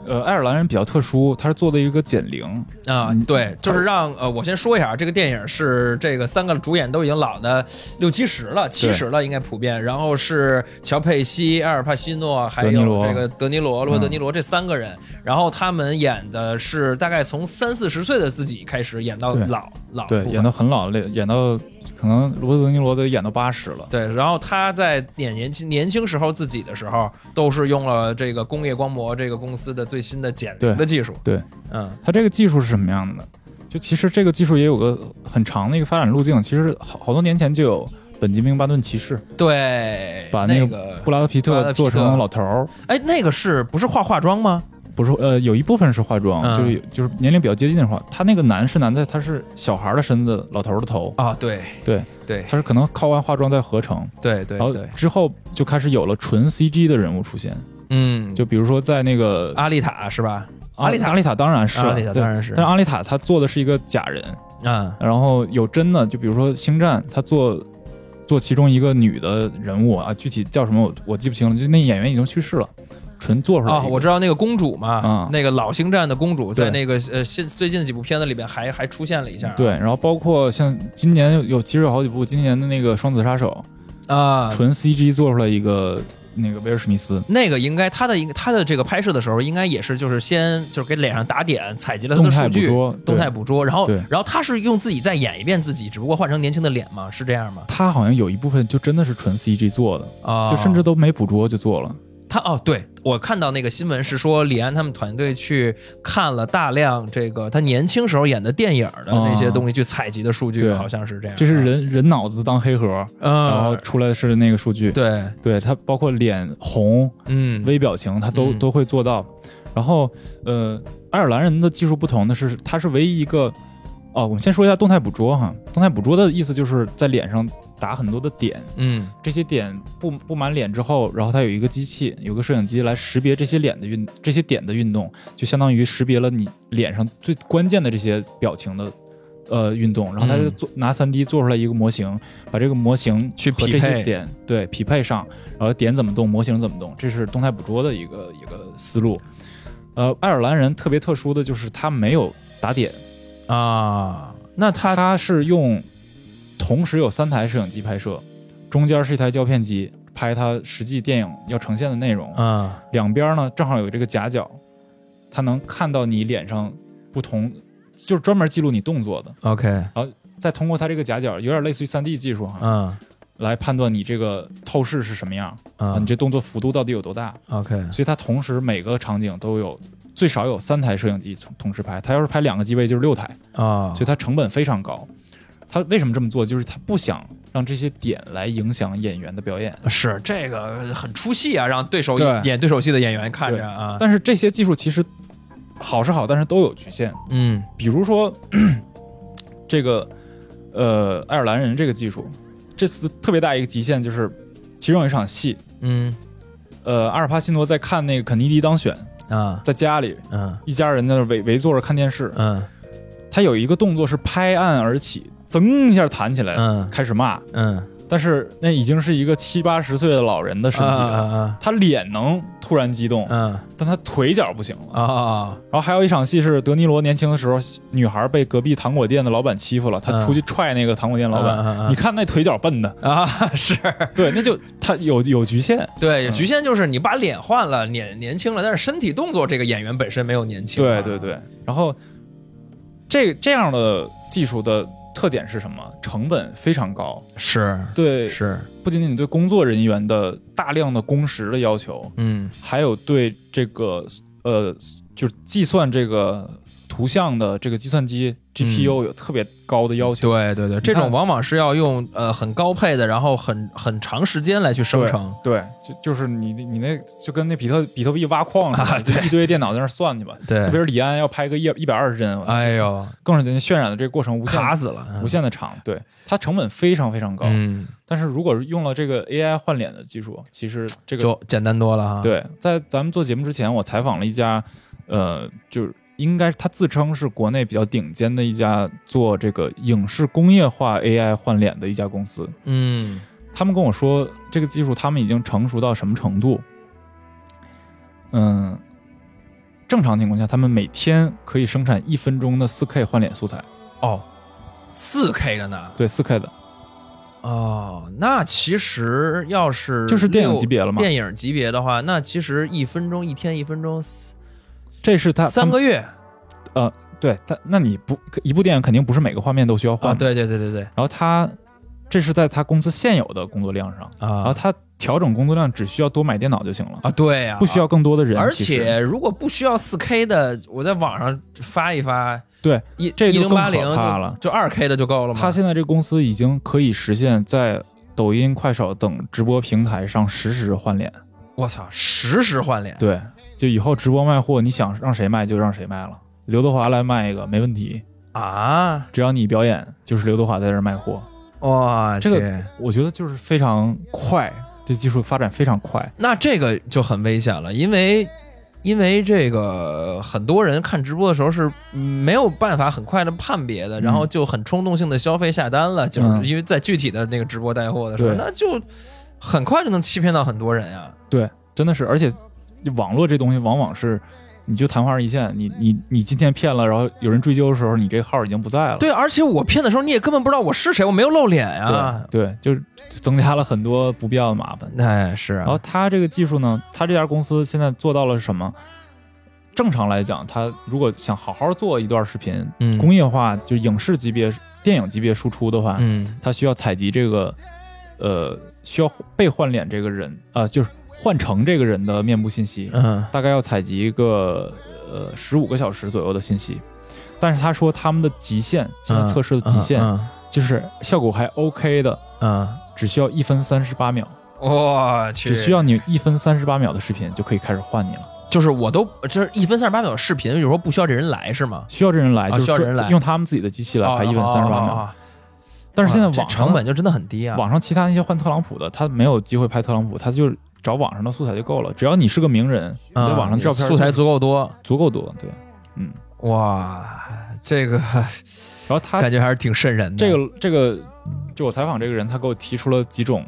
呃，爱尔兰人比较特殊，他是做的一个减龄，啊、嗯对，它就是让呃，我先说一下，啊，这个电影是这个三个主演都已经老的六七十了，七十了应该普遍。然后是乔佩西、埃尔帕西诺，还德尼有罗这个德尼罗、罗伯嗯德尼罗这三个人。然后他们演的是大概从三四十岁的自己开始演到对老老对，啊部分演到很老，演到可能罗伯特·德尼罗德演到八十了。对，然后他在演年轻年轻时候自己的时候，都是用了这个工业光魔这个公司的最新的减龄的技术。对，嗯，它这个技术是什么样的呢？就其实这个技术也有个很长的一个发展路径，其实好好多年前就有本杰明·巴顿骑士对，把那那个布拉德皮布拉德特皮做特成老头儿，哎，那个是不是化化妆吗？不是呃有一部分是化妆，嗯就是有就是年龄比较接近的话，他那个男是男的，他是小孩儿的身子，老头儿的头，啊，对对，对他是可能靠完化妆再合成，对对然后对，之后就开始有了纯 CG 的人物出现，嗯，就比如说在那个阿丽塔是吧？阿阿丽塔阿丽塔当然是啊阿丽塔对当然是但是阿丽塔她做的是一个假人，嗯然后有真的，就比如说《星战》，她做做其中一个女的人物啊，具体叫什么我我记不清了，就那演员已经去世了，纯做出来啊，一个我知道那个公主嘛嗯，那个老星战的公主，在对那个呃现最近几部片子里边还还出现了一下。啊对，然后包括像今年有有其实有好几部，今年的那个《双子杀手啊》，，纯 CG 做出来一个那个威尔史密斯那个应该他的应他的这个拍摄的时候，应该也是就是先就是给脸上打点，采集了他动的态数捕据，捉，动态对。捕捉，然后对然后他是用自己再演一遍自己，只不过换成年轻的脸嘛，是这样吗？他好像有一部分就真的是纯 CG 做的，啊，就甚至都没捕捉就做了。他哦，对我看到那个新闻是说李安他们团队去看了大量这个他年轻时候演的电影的那些东西去采集的数据，对好像是这样，这是，人人脑子当黑盒，然后嗯，出来是那个数据。对，对，它包括脸红、嗯，微表情，它都嗯都会做到。然后，呃，爱尔兰人的技术不同的是，它是唯一一个。哦，我们先说一下动态捕捉哈。动态捕捉的意思就是在脸上打很多的点，嗯这些点布布满脸之后，然后它有一个机器，有个摄影机来识别这些脸的运这些点的运动，就相当于识别了你脸上最关键的这些表情的呃运动，然后它就嗯做、拿3 D 做出来一个模型，把这个模型去和匹配这些点对匹配上，然后点怎么动，模型怎么动，这是动态捕捉的一个一个思路。呃，爱尔兰人特别特殊的就是他没有打点，啊，那他他是用同时有三台摄影机拍摄，中间是一台胶片机拍他实际电影要呈现的内容，嗯两边呢正好有这个夹角，他能看到你脸上不同，就是专门记录你动作的， ，OK，再通过它这个夹角，有点类似于3 D 技术哈，嗯来判断你这个透视是什么样，啊，你嗯这动作幅度到底有多大， ，OK，所以它同时每个场景都有。最少有三台摄影机同同时拍，它要是拍两个机位就是六台，啊所以它成本非常高。他为什么这么做？就是他不想让这些点来影响演员的表演。是这个很出戏啊，让对手对演对手戏的演员看着啊，但是这些技术其实好是好，但是都有局限。嗯比如说这个呃爱尔兰人这个技术，这次特别大一个极限就是其中有一场戏，嗯呃阿尔帕西诺在看那个肯尼迪当选，啊在家里嗯一家人在那围围坐着看电视，嗯他有一个动作是拍案而起，噌一下弹起来，嗯开始骂。嗯但是那已经是一个七八十岁的老人的身体了，啊他脸能突然激动，嗯但他腿脚不行了。啊然后还有一场戏是德尼罗年轻的时候，女孩被隔壁糖果店的老板欺负了，他嗯出去踹那个糖果店老板，板你看那腿脚 笨的，啊，是对，那就他有有局限，对，嗯局限就是你把脸换了，脸年轻了，但是身体动作这个演员本身没有年轻、对对，对。然后这这样的技术的特点是什么？成本非常高，是对，是，不仅仅对工作人员的大量的工时的要求，嗯还有对这个呃，就是计算这个图像的这个计算机嗯 GPU 有特别高的要求。对对对，这种往往是要用呃很高配的，然后很很长时间来去生成。对，就就是你你那就跟那比特比特币挖矿似的，啊就对一堆电脑在那儿算去吧。对特别是李安要拍个一一百二十帧，哎呦，更是渲染的这个过程无限卡死了，无限的长，对它成本非常非常高。嗯，但是如果用了这个 AI 换脸的技术，其实这个就简单多了哈。，对，在咱们做节目之前，我采访了一家，呃，就是应该他自称是国内比较顶尖的一家做这个影视工业化 AI 换脸的一家公司。嗯他们跟我说，这个技术他们已经成熟到什么程度？嗯，正常情况下，他们每天可以生产一分钟的 4K 换脸素材，哦，四 K 的呢？对 4K 的，哦，那其实要是就是电影六级别了嘛电影级别的话，那其实一分钟一天，一分钟四这是他三个月对他，那你不一部电影肯定不是每个画面都需要换啊，的对对对对对，然后他这是在他公司现有的工作量上，然后啊他调整工作量只需要多买电脑就行了，啊，对呀、不需要。更多的人。而其实且如果不需要四 K 的，我在网上发一发，对一这一就零更八零可怕了就二 K 的就够了吗？他现在这个公司已经可以实现在抖音、快手等直播平台上实时换脸。我操，实时换脸，对，就以后直播卖货，你想让谁卖就让谁卖了。刘德华来卖一个没问题，啊，只要你表演，就是刘德华在这儿卖货。哇，这个天我觉得就是非常快，这技术发展非常快。那这个就很危险了，因为因为这个很多人看直播的时候是没有办法很快的判别的，嗯然后就很冲动性的消费下单了，就是嗯因为在具体的那个直播带货的时候，对那就很快就能欺骗到很多人啊呀。对，真的是，而且网络这东西往往是，你就昙花一现，你你你今天骗了，然后有人追究的时候，你这号已经不在了。对，而且我骗的时候你也根本不知道我是谁，我没有露脸呀。对对，就是增加了很多不必要的麻烦。哎，啊是然后啊，它这个技术呢，它这家公司现在做到了什么？正常来讲，它如果想好好做一段视频，嗯工业化就影视级别、电影级别输出的话，嗯它需要采集这个，呃，需要被换脸这个人啊、就是换成这个人的面部信息，嗯大概要采集一个呃十五个小时左右的信息。但是他说他们的极限，现在测试的极限、嗯就是效果还 OK 的，嗯，只需要一分三十八秒。我去，只需要你一分三十八秒的视频就可以开始换你了。就是我都这一分三十八秒的视频，有时候不需要这人来是吗？需要这人来，啊就是需要这人来用他们自己的机器来拍一分三十八哦秒。哦哦哦但是现在哇这网上成本就真的很低啊。网上其他那些换特朗普的，他没有机会拍特朗普，他就找网上的素材就够了。只要你是个名人，啊你在网上照片嗯素材足够多，足够多。对，嗯哇，这个然后他感觉还是挺瘆人的。嗯这个这个，就我采访这个人，他给我提出了几种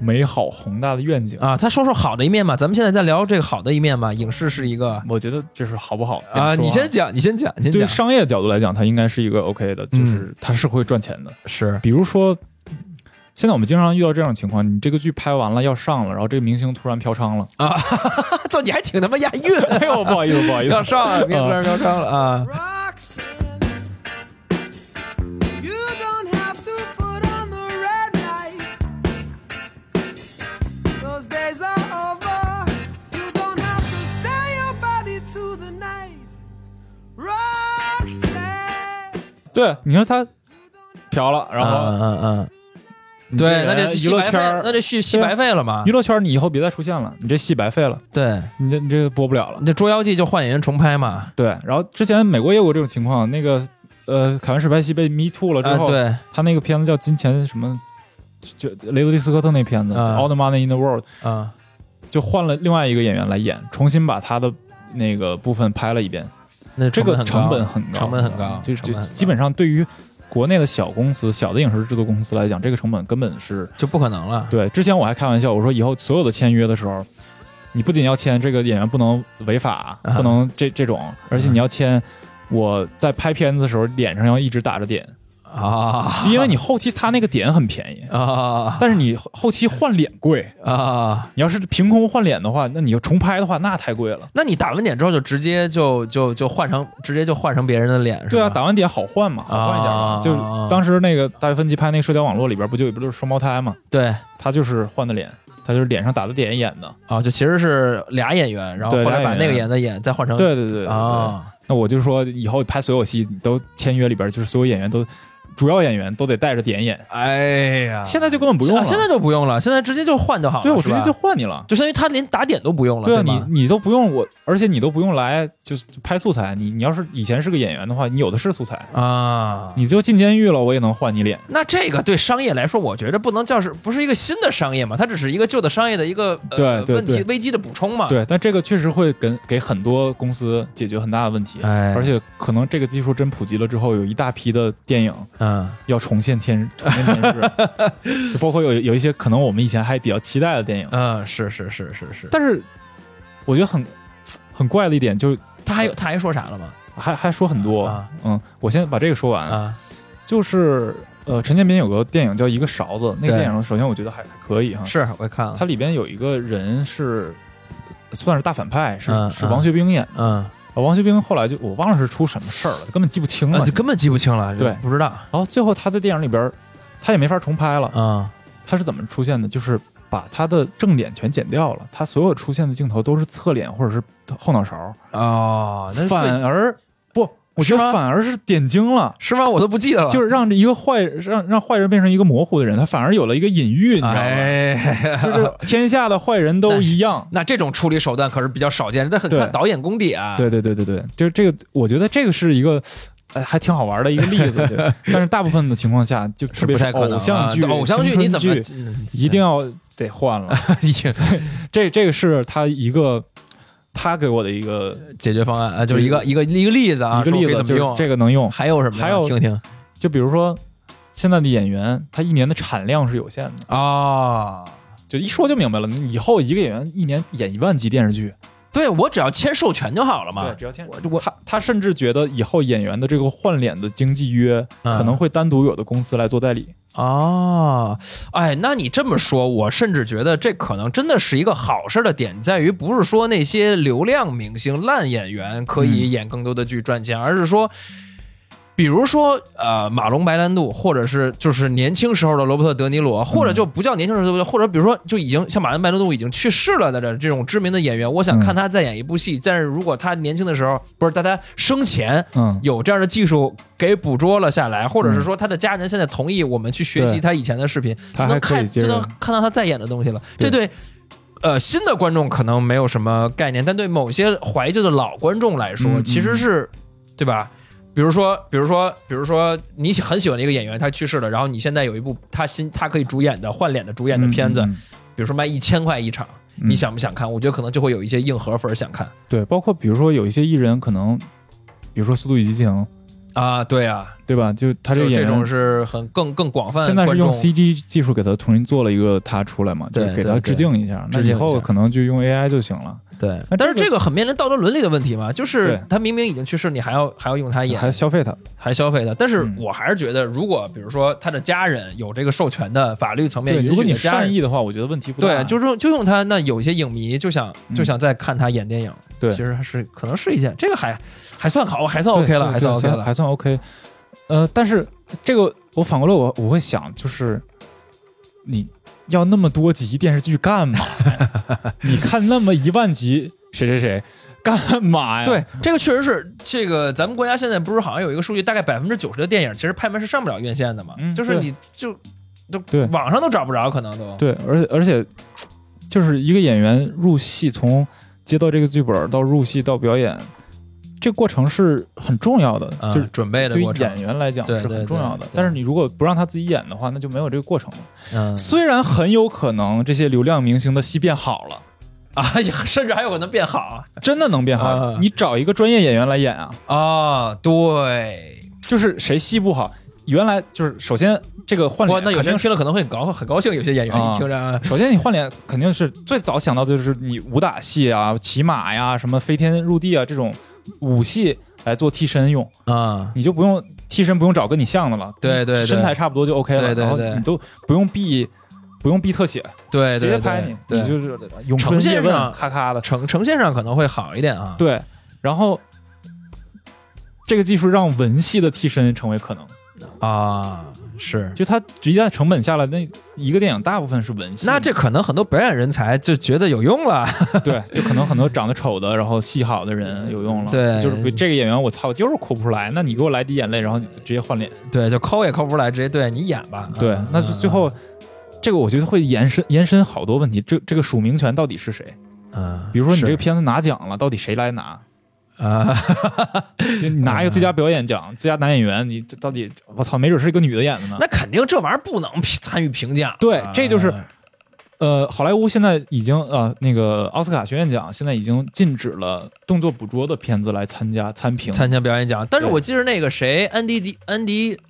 美好宏大的愿景。啊，他说说好的一面吧，咱们现在在聊这个好的一面吧。影视是一个啊我觉得这是好不好啊，你先。讲，你先讲，你先对于讲，嗯商业角度来讲，它应该是一个 OK 的，就是它是会赚钱的。是比如说，现在我们经常遇到这种情况，你这个剧拍完了要上了，然后这个明星突然嫖娼了，啊， 操，你还挺他妈押韵， 啊哎呦，不好意思，不 好意要思，上了，别突然嫖娼了啊 Roxanne, you don't have to put on the red light. Those days are over. You don't have to sell your body to the night. Roxanne, 对，你说他嫖了，然嗯后嗯嗯，你这对，人那这娱戏乐白圈费，儿，啊那这戏戏白费了嘛娱？乐圈儿你以后别再出现了，你这戏白费了，对，你这你这播不了了你。这《捉妖记》就换演员重拍嘛？对，然后之前美国也有过这种情况，那个呃，凯文史派西被 Me Too 了之啊，后，对，他那个片子叫《金钱什么》，就雷德利·斯科特那片子《啊 All the Money in the World》，啊就换了另外一个演员来演，重新把他的那个部分拍了一遍。那这个成成本本很高，成本很高就成就本很高基本上对于国内的小公司、小的影视制作公司来讲，这个成本根本是就不可能了。对。之前我还开玩笑，我说以后所有的签约的时候，你不仅要签这个演员不能违法，啊不能这这种，而且你要签。我在拍片子的时候，脸上要一直打着点，啊因为你后期擦那个点很便宜， 啊但是你后后期换脸贵。啊！你要是凭空换脸的话，那你要重拍的话，那太贵了。那你打完点之后就直接就就就换成直接就换成别人的脸是吧？对啊，打完点好换嘛，好换一点嘛。啊就是当时那个达芬奇拍那个《社交网络》里边，不就有一对双胞胎嘛？对他就是换的脸，他就是脸上打的点演的。啊，就其实是俩演员，然后对后来把俩演那员个演的演再换成对对对对对嗯啊那我就说以后拍所有戏你都签约里边，就是所有演员都主要演员都得带着点演。哎呀，现在就根本不用啊了，现在就不用了，现在直接就换就好了。对我是直吧接就换你了。就相当于他连打点都不用了，对啊，吧？你你都不用我，而且你都不用来就是拍素材。你你要是以前是个演员的话，你有的是素材，啊。你就进监狱了，我也能换你脸。那这个对商业来说，我觉得不能叫是不是一个新的商业嘛？它只是一个旧的商业的一个、呃、对对问题对危机的补充嘛。，对，但这个确实会给给很多公司解决很大的问题。哎，而且可能这个技术真普及了之后，有一大批的电影嗯，要重现天重现电 视，就包括有有一些可能我们以前还比较期待的电影，嗯，是是是是是，但是我觉得很很怪的一点就是他还有他还说啥了吗？还还说很多，啊嗯，我先把这个说完，啊就是呃，陈建斌有个电影叫《一个勺子》，那个对电影首先我觉得还还可以哈，是我也看了，它里边有一个人是算是大反派，是、嗯是王学兵演的，嗯，王学兵后来就我忘了是出什么事儿了，根本记不清啊了，就根本记不清了，就对不知道然后最后他在电影里边儿，它也没法重拍了。啊它是怎么出现的？就是把它的正脸全剪掉了，它所有出现的镜头都是侧脸或者是后脑勺，啊哦，那反而不，我觉是吗啊得反而是点睛了。是吗？我都不记得了，就是让这一个坏让让坏人变成一个模糊的人，他反而有了一个隐喻，你知道吗？哎，。就是天下的坏人都一样那这种处理手段可是比较少见，这很对看导演功底啊。 对对对对对，就是这个，我觉得这个是一个。呃还挺好玩的一个例子， 对但是大部分的情况下，就特是别不是太可能啊。偶像剧、偶像剧青春你怎么剧一定要得 换了？已经这这个是他一个他给我的一个解决方案啊？就是一个一个一个例子啊，一个说例可以怎子，么就是用？这个能用。还有什么呀？还有听听就比如说现在的演员，他一年的产量是有限的，啊。就一说就明白了。你以后一个演员一年演一万集电视剧，对我只要签授权就好了嘛对，。只要签我我他他甚至觉得以后演员的这个换脸的经纪约嗯可能会单独有的公司来做代理。哦，哎，那你这么说，我甚至觉得这可能真的是一个好事儿的点，在于不是说那些流量明星、烂演员可以演更多的剧赚钱，而是说，比如说呃，马龙白兰度，或者是就是年轻时候的罗伯特德尼罗，或者就不叫年轻时候的罗伯特，或者比如说就已经像马龙白兰度已经去世了的这这种知名的演员，我想嗯看他再演一部戏，但是如果他年轻的时候，不是在他生前，嗯，有这样的技术给捕捉了下来，或者是说他的家人现在同意我们去学习对他以前的视频，他就能还可以看接就着能看到他在演的东西了。这对对呃新的观众可能没有什么概念，但对某些怀旧的老观众来说，嗯嗯其实是对吧？比如说，比如说，比如说，你喜很喜欢的一个演员，他去世了，然后你现在有一部他新他可以主演的换脸的主演的片子，嗯嗯比如说卖一千块一场，嗯你想不想看？我觉得可能就会有一些硬核粉儿想看对，包括比如说有一些艺人可能，比如说《速度与激情》，啊，对啊，对吧？就他就这个这演员种是很更更广泛，现在是观用众 CG 技术给他重新做了一个他出来嘛，就对是给他对致敬一下。那致敬一下以后可能就用 AI 就行了，对那，但是这这个很面临道德伦理的问题嘛，就是对他明明已经去世，你还要还要用他演，还消费他。还消费他。但是嗯我还是觉得，如果比如说他的家人有这个授权的法律层面对，允如果许你的家善人，意的话，我觉得问题不大。对，就是用就用他。那有一些影迷就想嗯就想再看他演电影，对其实还是可能是一件这个还还算好，还算对 OK 了，对还算对 OK 了。还算 OK。呃，但是这个我反过来我我会想，就是你要那么多集电视剧干嘛呀？你看那么一万集谁谁谁干嘛哎呀？嗯对，这个确实是这个，咱们国家现在不是好像有一个数据，大概百分之九十的电影其实拍卖是上不了院线的嘛，嗯就是对你就就对网上都找不着，可能都对，而且而且就是一个演员入戏，从接到这个剧本到入戏到表演，这过程是很重要的，嗯就是。准备的对于过程演，员来讲对是对很对重要的对，但是你如果不让他自己演的话，那就没有这个过程了。 嗯。虽然很有可能这些流量明星的戏变好了，哎啊，也甚至还有可能变好真的能变好。啊你找一个专业演员来演啊，啊！对，就是谁戏不好，原来就是首先这个换哇，脸那有些肯定人是。听了可能会很高很高兴，有些演员啊一听着啊 首先，你换脸肯定是最早想到的就是你武打戏啊、骑马呀、什么飞天入地啊这种武戏来做替身用，啊，你就不用替身不用找跟你像的了，对对对身材差不多就 OK 了，对对然对后你都不用避不用避特写，对直对接对，拍你，对你就是咏呈春现叶上问咔咔的呈呈现上可能会好一点啊。对，然后这个技术让文戏的替身成为可能，啊，是。就它一旦成本下来，那一个电影大部分是文戏，那这可能很多表演人才就觉得有用了， 对，就可能很多长得丑的，然后戏好的人有用了，对就是比这个演员我操就是哭不出来，那你给我来滴眼泪，然后你直接换脸，对，就抠也抠不出来，直接对你演吧。啊对，那就最后。这个我觉得会延伸延伸好多问题，这这个署名权到底是谁？嗯，比如说你这个是片子拿奖了，到底谁来拿？啊，就你拿一个最佳表演奖、最佳男演员，你这到底我操，没准是一个女的演的呢。那肯定这玩意儿不能评参与评价。对啊这就是呃，好莱坞现在已经呃，那个奥斯卡学院奖现在已经禁止了动作捕捉的片子来参加参评。参加表演奖。但是对我记得那个谁，安迪迪安迪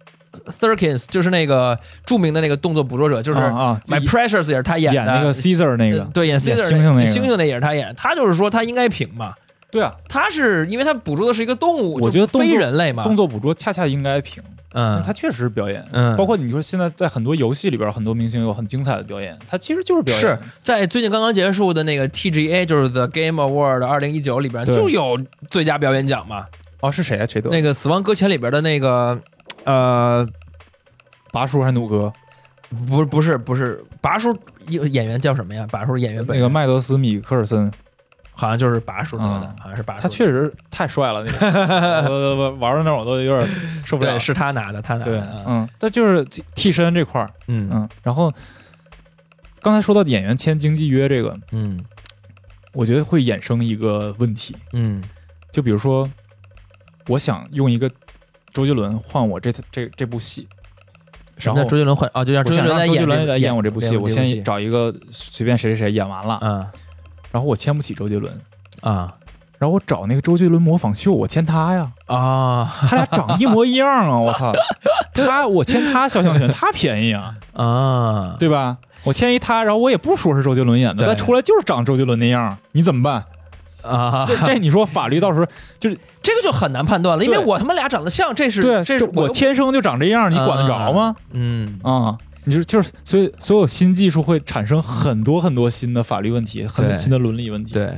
Thurkins，就是那个著名的那个动作捕捉者，就是啊啊 My Precious 也是他演的，那个 Caesar 那个呃，对，演 Caesar 猩猩那个猩猩那也是他演。他就是说他应该评嘛，对啊，他是因为他捕捉的是一个动物，我就觉得动非作人类嘛，动作捕捉恰恰应该评，啊嗯，它确实是表演。嗯包括你说现在在很多游戏里边，很多明星有很精彩的表演，它其实就是表演。是在最近刚刚结束的那个 TGA，就是 The Game Award 二零一九里边对就有最佳表演奖嘛，哦，是谁啊？谁得？那个《死亡搁浅》里边的那个呃。拔叔还是弩哥？不是不是不是，拔叔演演员叫什么呀？拔叔演员本那个麦德斯米科尔森，好像就是拔叔得的嗯，好像是拔叔得的。他确实太帅了，那 个我我玩到那儿我都有点受不了对，。是他拿的，他拿啊对的，。嗯，这就是替替身这块儿，嗯嗯，然后刚才说到演员签经纪约这个，嗯我觉得会衍生一个问题，嗯就比如说，我想用一个周杰伦换我这这这部戏，什然么后叫周杰伦换哦，就让我周杰想伦让来周杰演伦这来个演我这部戏，我这部先找一个随便谁谁谁演完了，啊然后我签不起周杰伦，啊然后我找那个周杰伦模仿秀，我签他呀，啊他俩长一模一样啊，我 操，他我签他肖像权，他便宜啊，啊！对吧？我签一他，然后我也不说是周杰伦演的，对但出来就是长周杰伦那样，你怎么 办？啊，这这你说法律到时候这个就很难判断了，因为对我他妈俩长得像，这是对，啊这是就我天生就长这样，你管得着吗？嗯啊、你就就是，所以所有新技术会产生很多很多新的法律问题，很多对新的伦理问题。，对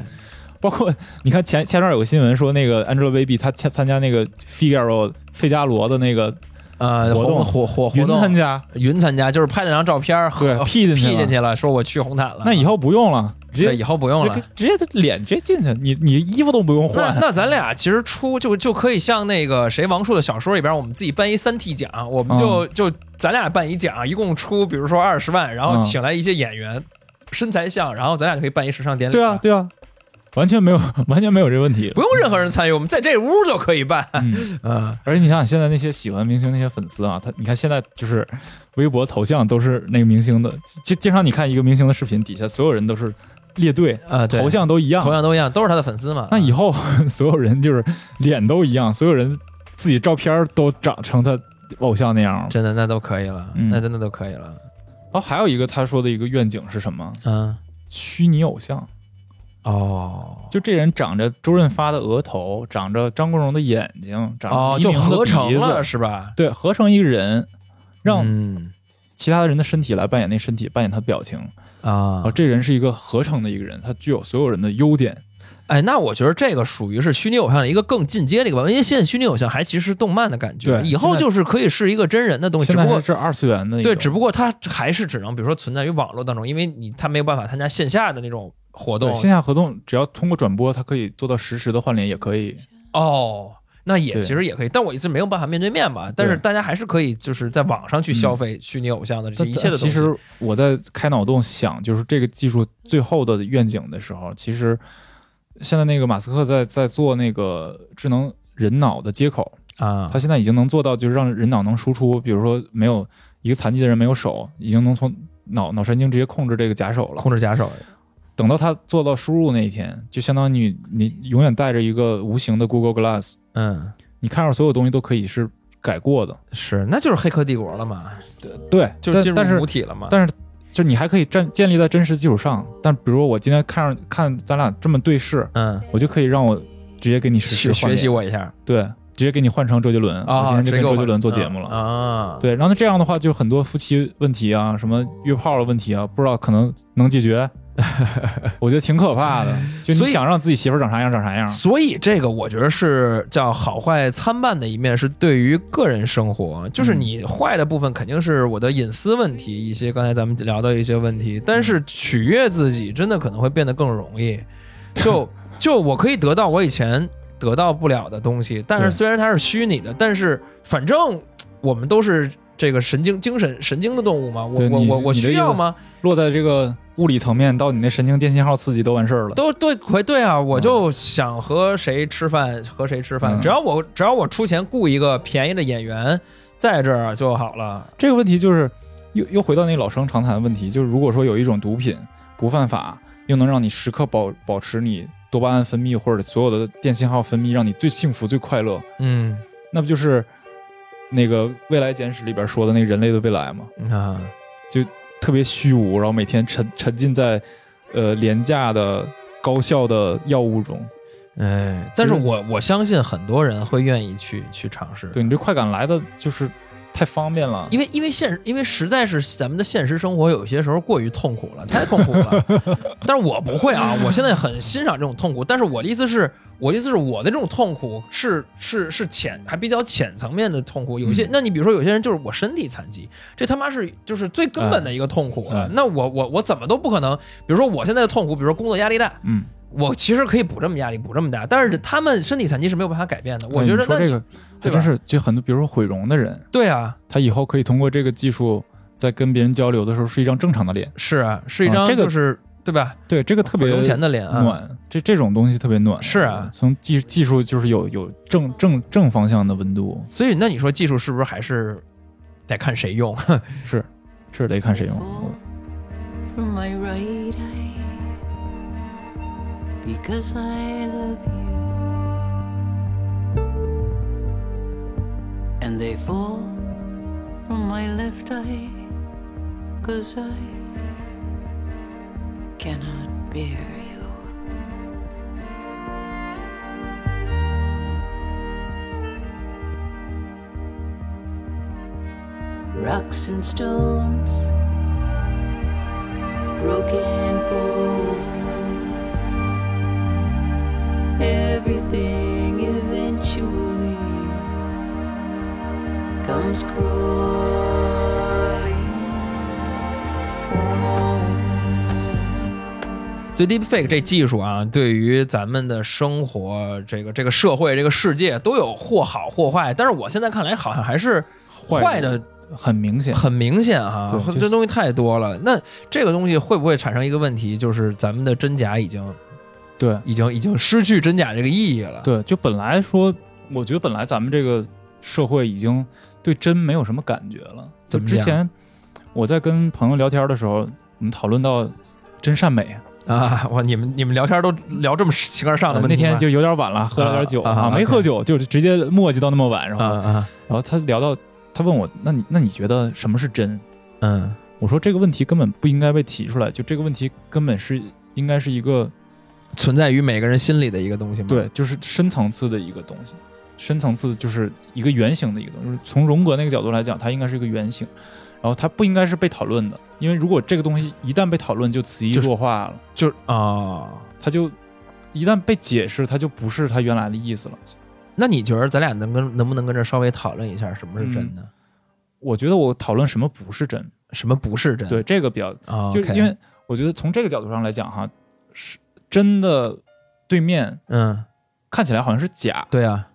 包括你看前前面有个新闻说，那个 Angelababy 她参参加那个 Figaro 费加罗的那个呃活动红火火活云参动 加，云参加就是拍那张照片，对和 P 进去 P 了进去了，说我去红毯了，那以后不用了，直对接以后不用直了接。直接这脸直接进去，你你衣服都不用那 换。那咱俩其实出就就可以像那个谁王朔的小说里边，我们自己办一三 T 奖，我们嗯就、就咱俩办一奖，一共出比如说二十万，然后嗯请来一些演员，身材像，然后咱俩就可以办一时尚典礼。对啊，，对啊，完全没有 完全没有这问题。不用任何人参与，我们在这屋就可以办。嗯，嗯，而且你想想，现在那些喜欢明星那些粉丝啊，他你看现在就是微博头像都是那个明星的，就经常你看一个明星的视频底下，所有人都是列队，啊，对头像都一样。头像都一样，都是他的粉丝嘛。啊那以后 所有人就是脸都一样，所有人自己照片都长成他偶像那样了。真的那都可以了，嗯那真的都可以了。然后哦还有一个他说的一个愿景是什么？嗯，虚拟偶像，哦，就这人长着周润发的额头，长着张国荣的眼睛，长着哦，黎就明的合成鼻子了，是吧？对，合成一个人，让嗯其他的人的身体来扮演那身体，扮演他表情。啊啊，，这人是一个合成的一个人，他具有所有人的优点。哎，那我觉得这个属于是虚拟偶像的一个更进阶的一个吧，因为现在虚拟偶像还其实是动漫的感觉，对以后现在就是可以是一个真人的东西，只现不在过还是二次元的一种，对，只不过它还是只能比如说存在于网络当中，因为你它没有办法参加线下的那种活对动线下合同只要通过转播，他可以做到实时的换脸，也可以。哦。那也对其实也可以，但我一直没有办法面对面吧。但是对大家还是可以，就是在网上去消费虚拟偶像的这但些一切的东其西。实我在开脑洞想，就是这个技术最后的愿景的时候，其实现在那个马斯克在在做那个智能人脑的接口，啊他现在已经能做到，就是让人脑能输出，比如说没有一个残疾的人没有手，已经能从脑脑神经直接控制这个假手了。控制假手，等到他做到输入那一天，就相当于你你永远带着一个无形的 Google Glass，嗯，你看上所有东西都可以是改过的。是，那就是《黑客帝国》了嘛，对，就是进但但入是母体了嘛。但就你还可以站建立在真实基础上。但比如我今天看上看咱俩这么对视，嗯，我就可以让我直接给你实学时换学脸习，我一下对，直接给你换成周杰伦。啊，我今天就直接给跟我周杰伦做换节目了。嗯啊。对，然后这样的话，就很多夫妻问题啊，什么约炮的问题啊，不知道可能能解决。我觉得挺可怕的，就你所以想让自己媳妇儿长啥样长啥样。所以这个我觉得是叫好坏参半的一面，是对于个人生活，就是嗯你坏的部分肯定是我的隐私问题，一些刚才咱们聊到一些问嗯题，但是取悦自己真的可能会变得更容易，就 就我可以得到我以前得到不了的东西，但是对虽然它是虚拟的，但是反正我们都是这个神经精神神经的动物嘛，我对我你我我你的需意要思吗？落在这个物理层面，到你那神经电信号刺激都完事儿了。都对，回对啊，我就想和谁吃饭和谁吃饭，嗯只要我只要我出钱雇一个便宜的演员在这儿就好了。这个问题就是又又回到那老生常谈的问题，就是如果说有一种毒品不犯法，又能让你时刻保保持你多巴胺分泌或者所有的电信号分泌，让你最幸福最快乐，嗯那不就是那个《未来简史》里边说的那个人类的未来吗？啊，特别虚无，然后每天沉沉浸在呃廉价的高效的药物中，哎，但是其实我我相信很多人会愿意去去尝试。对你这快感来的就是太方便了。因为因为现因为实在是咱们的现实生活有些时候过于痛苦了，太痛苦了。但是我不会啊，我现在很欣赏这种痛苦。但是我的意思是，我的意思是我的这种痛苦是是是浅，还比较浅层面的痛苦。有些，嗯那你比如说有些人就是我身体残疾，这他妈是就是最根本的一个痛苦了。哎那我我我怎么都不可能，比如说我现在的痛苦，比如说工作压力大，嗯，我其实可以不这么压力不这么大，但是他们身体残疾是没有办法改变的。我哎觉你得说那这你个还对真吧是，就很多，比如说毁容的人，对啊，他以后可以通过这个技术，在跟别人交流的时候是一张正常的脸。是啊，是一啊张这个就是对吧？对，这个特别毁容前的脸啊，暖，这这种东西特别暖。呃是啊从技技术就是有有正正正方向的温度，所以，那你说技术是不是还是得看谁用？ 是是得看谁用。 fall from my right eye because I love you. And they fall from my left eye because I cannot bear you. Rocks and stones broken bones. Everything eventually comes crawling home. 所以 Deepfake 这技术啊，对于咱们的生活、这个这个社会、这个世界都有或好或坏。但是我现在看来，好像还是坏坏的很明显，很明显哈、对就是这东西太多了。那这个东西会不会产生一个问题，就是咱们的真假已经对已经已经失去真假这个意义了？，对，就本来说，我觉得本来咱们这个社会已经对真没有什么感觉了。就怎么之讲前我在跟朋友聊天的时候，我们讨论到真善美，啊，我你们你们聊天都聊这么形而上的呃问那题吗、天就有点晚了，喝了点酒啊啊啊没喝酒，就直接磨叽到那么晚，然后啊啊然后他聊到，他问我，那你那你觉得什么是真？嗯我说这个问题根本不应该被提出来，就这个问题根本是应该是一个存在于每个人心里的一个东西吗？对，就是深层次的一个东西，深层次就是一个原型的一个东西。就是从荣格那个角度来讲，它应该是一个原型，然后它不应该是被讨论的，因为如果这个东西一旦被讨论，就词义就是弱化了，就是啊。它就一旦被解释，它就不是它原来的意思了。那你觉得咱俩能跟能不能跟这稍微讨论一下什么是真的，嗯我觉得我讨论什么不是真，什么不是真？对这个比较啊，就 OK 因为我觉得从这个角度上来讲，哈，是真的对面嗯，看起来好像是假，对啊，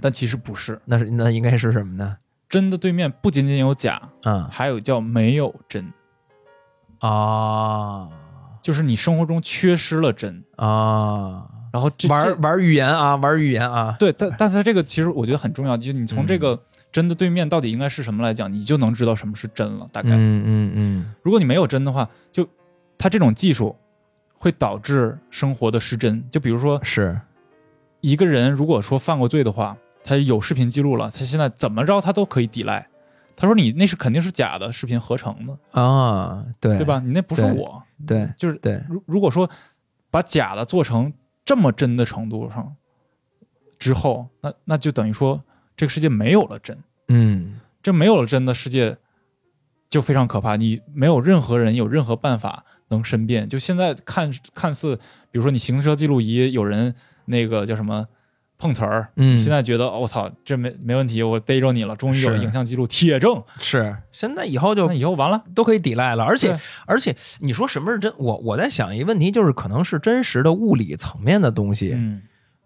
但其实不是。那是那应该是什么呢？真的对面不仅仅有假，嗯还有叫没有真，啊就是你生活中缺失了真。啊，然后这这玩玩语言啊，玩语言啊，对，但但它这个其实我觉得很重要，就是你嗯从这个真的对面到底应该是什么来讲，你就能知道什么是真了。大概、嗯嗯嗯，如果你没有真的话，就它这种技术会导致生活的失真。就比如说嗯是一个人如果说犯过罪的话，他有视频记录了，他现在怎么着他都可以抵赖。他说你那是肯定是假的，视频合成的，啊，对对？吧？你那不是对我，对就是对，如如果说把假的做成这么真的程度上之后，那那就等于说这个世界没有了真，嗯这没有了真的世界就非常可怕。你没有任何人有任何办法能申辩。就现在看看似，比如说你行车记录仪有人那个叫什么碰瓷儿，嗯，现在觉得哦我操、这没没问题，我逮着你了，终于有是影像记录，铁证。是现在以后就那以后完了，都可以抵赖了，而且对而且你说什么是真？我我在想一个问题，就是可能是真实的物理层面的东西，嗯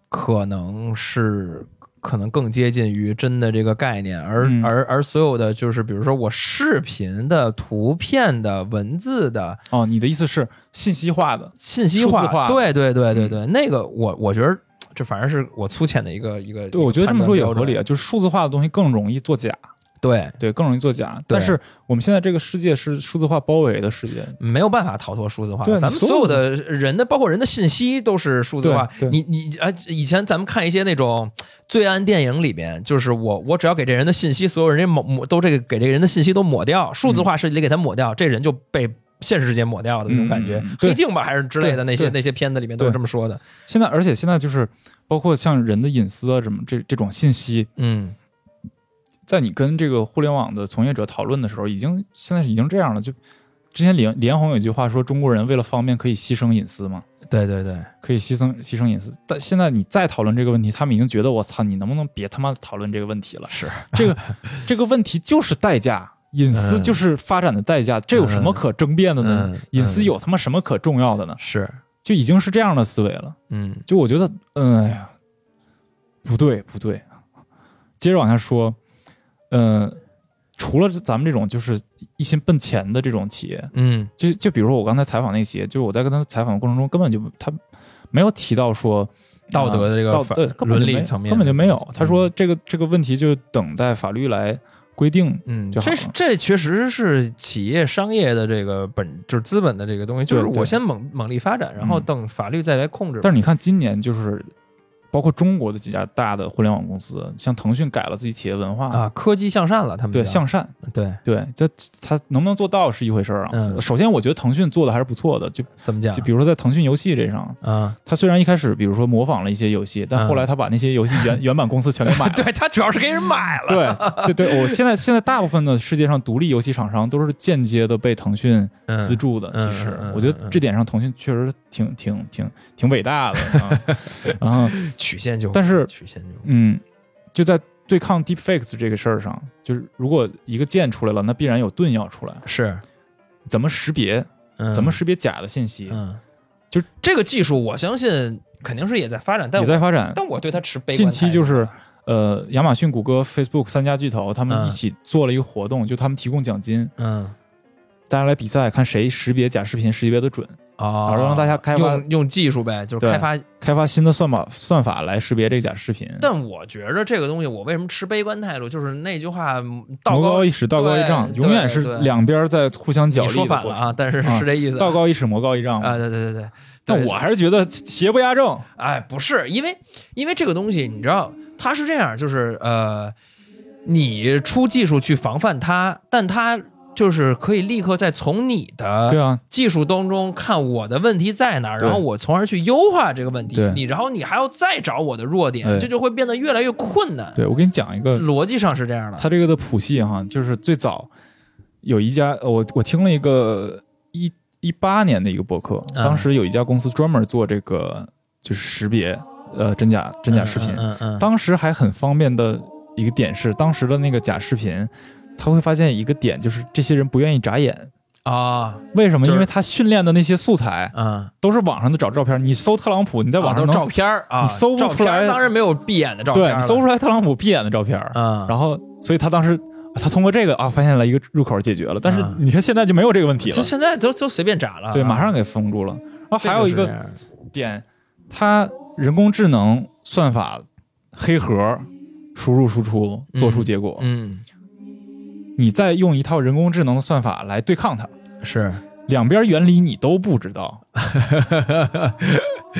可能是可能更接近于真的这个概念，而、嗯而而所有的就是比如说我视频的、图片的、文字的哦，你的意思是信息化的，信息数化，字化嗯对对对对对，那个我我觉得这反正是我粗浅的一个一个，对，我觉得这么说也合理啊啊，。就是数字化的东西更容易作假，对，对，更容易作假。对但是我们现在这个世界是数字化包围的世界，没有办法逃脱数字化。对咱们所所有有的人的，包括人的信息都是数字化。对对你你啊，以前咱们看一些那种罪案电影里边，就是我我只要给这人的信息，所有人这抹抹都这个给这个人的信息都抹掉，数字化嗯是得给他抹掉，这人就被。现实世界抹掉的那种感觉，嗯嗯嗯对黑镜吧还是之类的对那些对那些片子里面都是对这么说的。现在而且现在就是包括像人的隐私啊什么这这种信息，嗯，在你跟这个互联网的从业者讨论的时候，已经现在已经这样了。就之前连连红有句话说，中国人为了方便可以牺牲隐私嘛，对对对，可以牺牲牺牲隐私。但现在你再讨论这个问题，他们已经觉得我操，你能不能别他妈讨论这个问题了？是 这个这个问题就是代价，隐私嗯就是发展的代价，这有什么可争辩的呢？嗯隐私有他妈什么可重要的呢？是，就已经是这样的思维了。嗯就我觉得，嗯、哎呀，不对不对。接着往下说，嗯、除了咱们这种就是一心奔钱的这种企业，嗯就就比如说我刚才采访那个企业，就是我在跟他采访的过程中，根本就他没有提到说啊道德的这个道法对根本就伦没理有层面根本就没有。他说嗯这个这个问题就等待法律来规定。嗯，就好这了是这确实是企业商业的这个本，就是资本的这个东西，就是对对我先猛猛力发展，然后嗯等法律再来控制。但是你看今年就是。包括中国的几家大的互联网公司，像腾讯改了自己企业文化，啊，科技向善了，他们对叫向善，对对，这他能不能做到是一回事儿啊。嗯啊首先，我觉得腾讯做的还是不错的，就怎么讲就比如说在腾讯游戏这上，啊？他虽然一开始比如说模仿了一些游戏，嗯但后来他把那些游戏 原原版公司全给买了。对他主要是给人买了，对对对，我现在现在大部分的世界上独立游戏厂商都是间接的被腾讯嗯资助的。嗯其实嗯嗯，我觉得这点上腾讯确实挺挺挺挺伟大的啊。然后，曲线救国，但是曲线救国，嗯，就在对抗 deepfakes 这个事儿上，就是如果一个剑出来了，那必然有盾要出来，是怎么识别？嗯怎么识别假的信息？嗯，就这个技术，我相信肯定是也在发展，但也我在发展。但我对它持悲观近态期度就是呃，亚马逊、谷歌、Facebook 三家巨头他们嗯一起做了一个活动，就他们提供奖金，嗯。大家来比赛，看谁识别假视频识别的准，哦啊然后让大家开发用用技术呗，就是对开发开发新的算法算法来识别这个假视频。但我觉着这个东西，我为什么持悲观态度？就是那句话，嗯道魔高高一尺，道高一丈，对永远是对对两边在互相角你力的说过反程。了啊，但是啊是这意思。道高一尺，魔高一丈嘛。啊，对对对对。但对我还是觉得邪不压正。哎，不是，因为因为这个东西，你知道，它是这样，就是呃，你出技术去防范它，但它就是可以立刻在从你的对啊，技术当中看我的问题在哪儿，对然后我从而去优化这个问题对。你然后你还要再找我的弱点对，这就会变得越来越困难。对我给你讲一个逻辑上是这样的。它这个的谱系哈，就是最早有一家，呃我我听了一个一一八年的一个博客，嗯当时有一家公司专门做这个就是识别呃真假真假视频，嗯嗯嗯当时还很方便的一个点是，当时的那个假视频，他会发现一个点就是这些人不愿意眨眼。嗯啊，为什么？就是因为他训练的那些素材嗯，都是网上的找照片，你搜特朗普，你在在网上能照片儿啊，你搜不照片出来当然没有闭眼的照片对儿你了，搜出来特朗普闭眼的照片，嗯，然后，所以他当时他通过这个啊，发现了一个入口解决了。但是嗯你看现在就没有这个问题了就，现在都都随便炸了，对，啊嗯马上给封住了。然后还有一这个是这样点，它人工智能算法黑盒输入输出做出结果，嗯，你再用一套人工智能的算法来对抗它，是两边原理你都不知 道，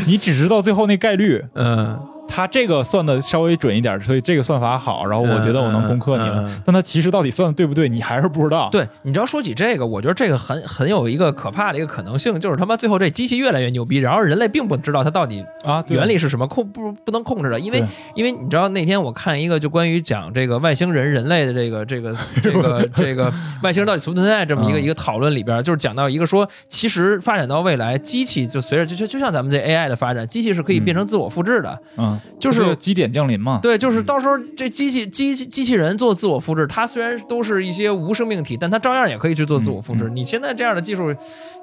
你只知道最后那概率。嗯它这个算的稍微准一点，所以这个算法好，然后我觉得我能攻克你了。嗯嗯嗯但它其实到底算的对不对，你还是不知道。对，你知道说起这个，我觉得这个很很有一个可怕的一个可能性，就是他妈最后这机器越来越牛逼，然后人类并不知道它到底啊，对原理是什么控不不能控制的，因为对因为你知道那天我看一个就关于讲这个外星人人类的这个 这个这个这个外星人到底存不存在这么一个嗯一个讨论里边，就是讲到一个说，其实发展到未来，机器就随着就就就像咱们这 AI 的发展，机器是可以变成自我复制的，嗯，就是这基点降临嘛。嗯对，就是到时候这机器机器机器人做自我复制，它虽然都是一些无生命体，但它照样也可以去做自我复制。嗯你现在这样的技术，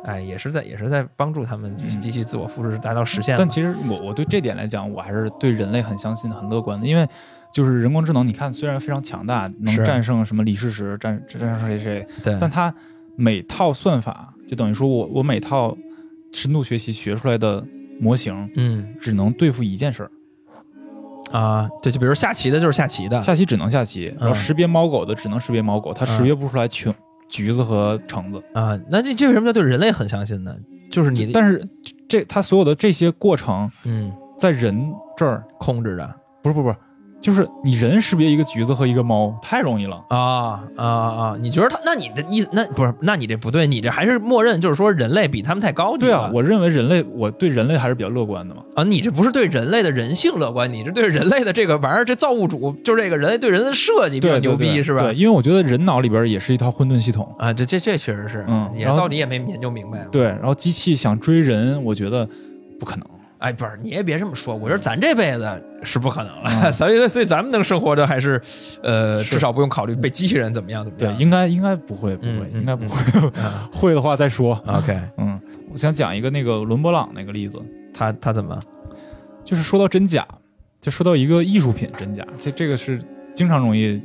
哎，也是在也是在帮助他们嗯机器自我复制达到实现嘛。但其实我我对这点来讲，我还是对人类很相信、很乐观的，因为就是人工智能，你看虽然非常强大，能是战胜什么李世石、战战胜谁谁，对，但它每套算法就等于说我我每套深度学习学出来的模型，嗯只能对付一件事儿，啊，对，就比如下棋的，就是下棋的，下棋只能下棋，然后识别猫狗的只能识别猫狗，它识别不出来橘橘子和橙子。啊，那这这为什么叫对人类很相信呢？就是你的但是这它所有的这些过程嗯在人这儿控制的，不是不是不是，就是你人识别一个橘子和一个猫太容易了。啊啊啊！你觉得他？那你的意思？那不是？那你这不对，你这还是默认就是说人类比他们太高级对了。啊，我认为人类，我对人类还是比较乐观的嘛。啊，你这不是对人类的人性乐观，你这对人类的这个玩意儿，这造物主就是这个人类对人的设计比较对，啊牛对逼，对是吧对，？因为我觉得人脑里边也是一套混沌系统。啊，这这这确实是，嗯也然后到底也没研究明白。对，然后机器想追人，我觉得不可能。哎，不是，你也别这么说，我觉得咱这辈子是不可能了， 所以所以咱们能生活着还是，呃，嗯是至少不用考虑被机器人怎么样怎么对，样。应该应该不会，不啊嗯会，嗯啊应该不会。会的话再说。 ，OK，嗯，我想讲一个那个伦勃朗那个例子，他他怎么？就是说到真假，就说到一个艺术品真假，这这个是经常容易，